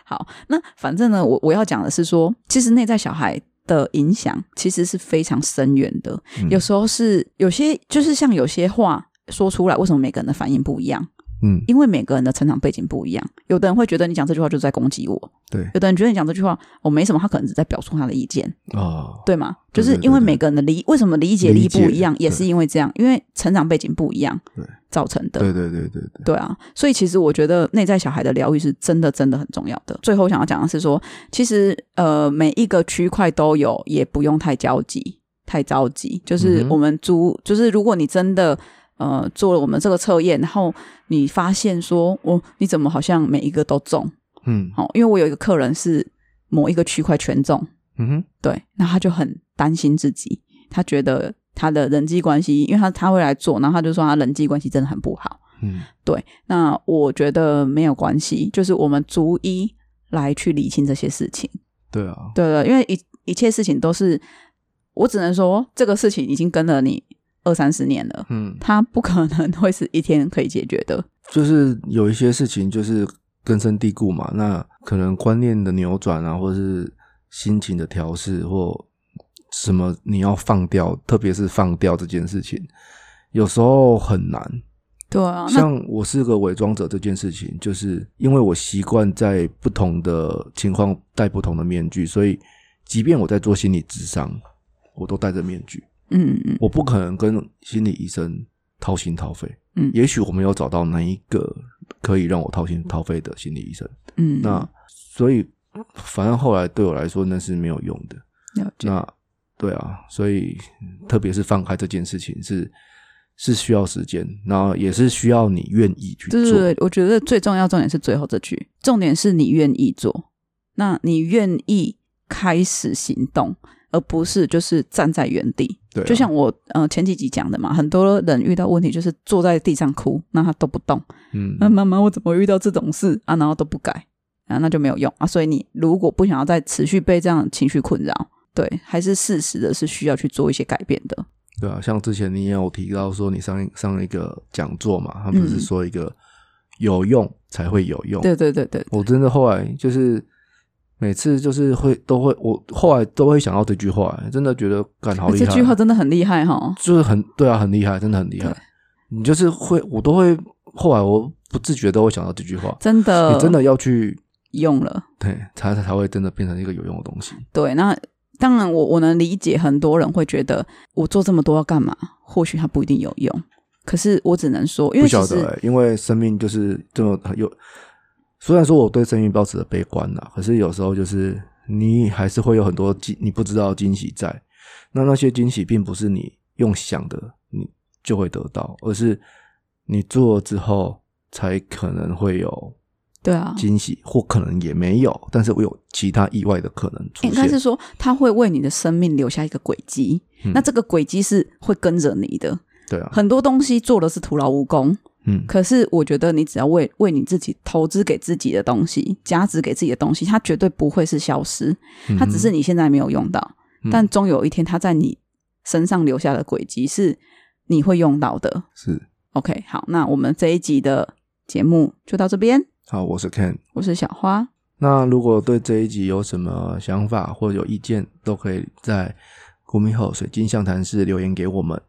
好，那反正呢，我我要讲的是说，其实内在小孩的影响其实是非常深远的。
嗯
有时候是有些，就是像有些话说出来，为什么每个人的反应不一样？
嗯，
因为每个人的成长背景不一样。有的人会觉得你讲这句话就是在攻击我，
对
有的人觉得你讲这句话我、没什么，他可能只在表述他的意见，
哦，
对吗？就
对
是
对
因为
对对
每个人的理为什么理解
理
力不
解
一样，也
对
是因为这样，因为成长背景不一样
对
造成的。
对对对对对，
对啊，所以其实我觉得内在小孩的疗愈是真的真的很重要的。最后想要讲的是说，其实呃每一个区块都有，也不用太焦急、太着急。就是
嗯哼
我们租，就是如果你真的呃做了我们这个测验，然后你发现说，我、你怎么好像每一个都中？
嗯
哦，因为我有一个客人是某一个区块全中，
嗯哼，
对，那他就很担心自己，他觉得他的人际关系，因为他他会来做，然后他就说他人际关系真的很不好。
嗯
对，那我觉得没有关系，就是我们逐一来去理清这些事情。
对啊，
对对，因为一一切事情都是，我只能说这个事情已经跟了你二三十年了，
嗯，
它不可能 会是一天可以解决的。
就是有一些事情就是根深蒂固嘛，那可能观念的扭转啊，或是心情的调试，或什么你要放掉，特别是放掉这件事情，有时候很难。
对啊那
像我是个伪装者这件事情，就是因为我习惯在不同的情况戴不同的面具，所以即便我在做心理智商，我都戴着面具。
嗯嗯
我不可能跟心理医生掏心掏肺。
嗯
也许我没有找到那一个可以让我掏心掏肺的心理医生。
嗯，
那所以，反正后来对我来说那是没有用的。
了解
那对啊，所以特别是放开这件事情是是需要时间，然后也是需要你愿意去做。
对对对，我觉得最重要重点是最后这句，重点是你愿意做，那你愿意开始行动，而不是就是站在原地。
对啊
就像我呃前几集讲的嘛，很多人遇到问题就是坐在地上哭，那他都不动。
嗯
那妈妈，我怎么遇到这种事啊？然后都不改啊，那就没有用啊。所以你如果不想要再持续被这样的情绪困扰，对，还是适时的是需要去做一些改变的。
对啊，像之前你也有提到说你上一上一个讲座嘛，他不是
嗯
说一个有用才会有用。
对对对对，
我真的后来就是每次就是会都会，我后来都会想到这句话，真的觉得干好厉
哎这
害。啊
句话真的很厉害哈。
就是很对啊，很厉害，真的很厉害
对。
你就是会，我都会后来我不自觉都会想到这句话，
真的，
你真的要去
用了。
对才才会真的变成一个有用的东西。
对，那当然我我能理解很多人会觉得我做这么多要干嘛？或许它不一定有用，可是我只能说，
不
因为其
晓
实
得、欸，因为生命就是这么有。虽然说我对生命保持着悲观啦，可是有时候就是你还是会有很多惊你不知道的惊喜在。那那些惊喜并不是你用想的你就会得到，而是你做了之后才可能会有
对啊，
惊喜，或可能也没有，但是我有其他意外的可能出
应该
现。
是说它会为你的生命留下一个轨迹，
嗯
那这个轨迹是会跟着你的。
对啊，
很多东西做的是徒劳无功，
嗯，
可是我觉得你只要为为你自己投资给自己的东西，价值给自己的东西，它绝对不会是消失，它只是你现在没有用到，
嗯
但终有一天它在你身上留下的轨迹是你会用到的。
是
OK，好，那我们这一集的节目就到这边，
好，我是 Ken。
我是小花，
那如果对这一集有什么想法或者有意见，都可以在国民后水晶象谈室留言给我们。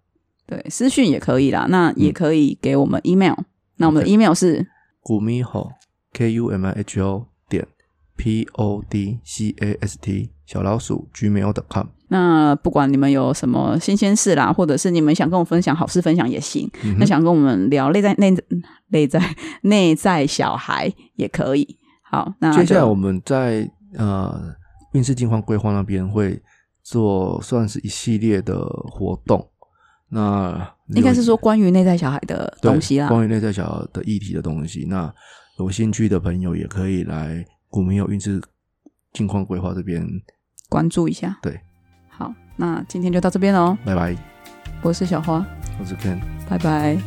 对，私讯也可以啦，那
嗯
也可以给我们 email，、那我们的 email 是
古米吼 K U M I H O 点 P O D C A S T 小老鼠 gmail.com。
那不管你们有什么新鲜事啦，或者是你们想跟我分享好事分享也行，
嗯
那
哼，
想跟我们聊内在内嗯内在内在小孩也可以。好，那就
接下来我们在呃运势进化规划那边会做算是一系列的活动。那
应该是说关于内在小孩的
对
东西啊啦。
关于内在小的议题的东西。那有兴趣的朋友也可以来古民有运势近况规划这边，
关注一下。
对，
好，那今天就到这边喽。哦
拜拜，
我是小花，
我是 Ken。
拜拜。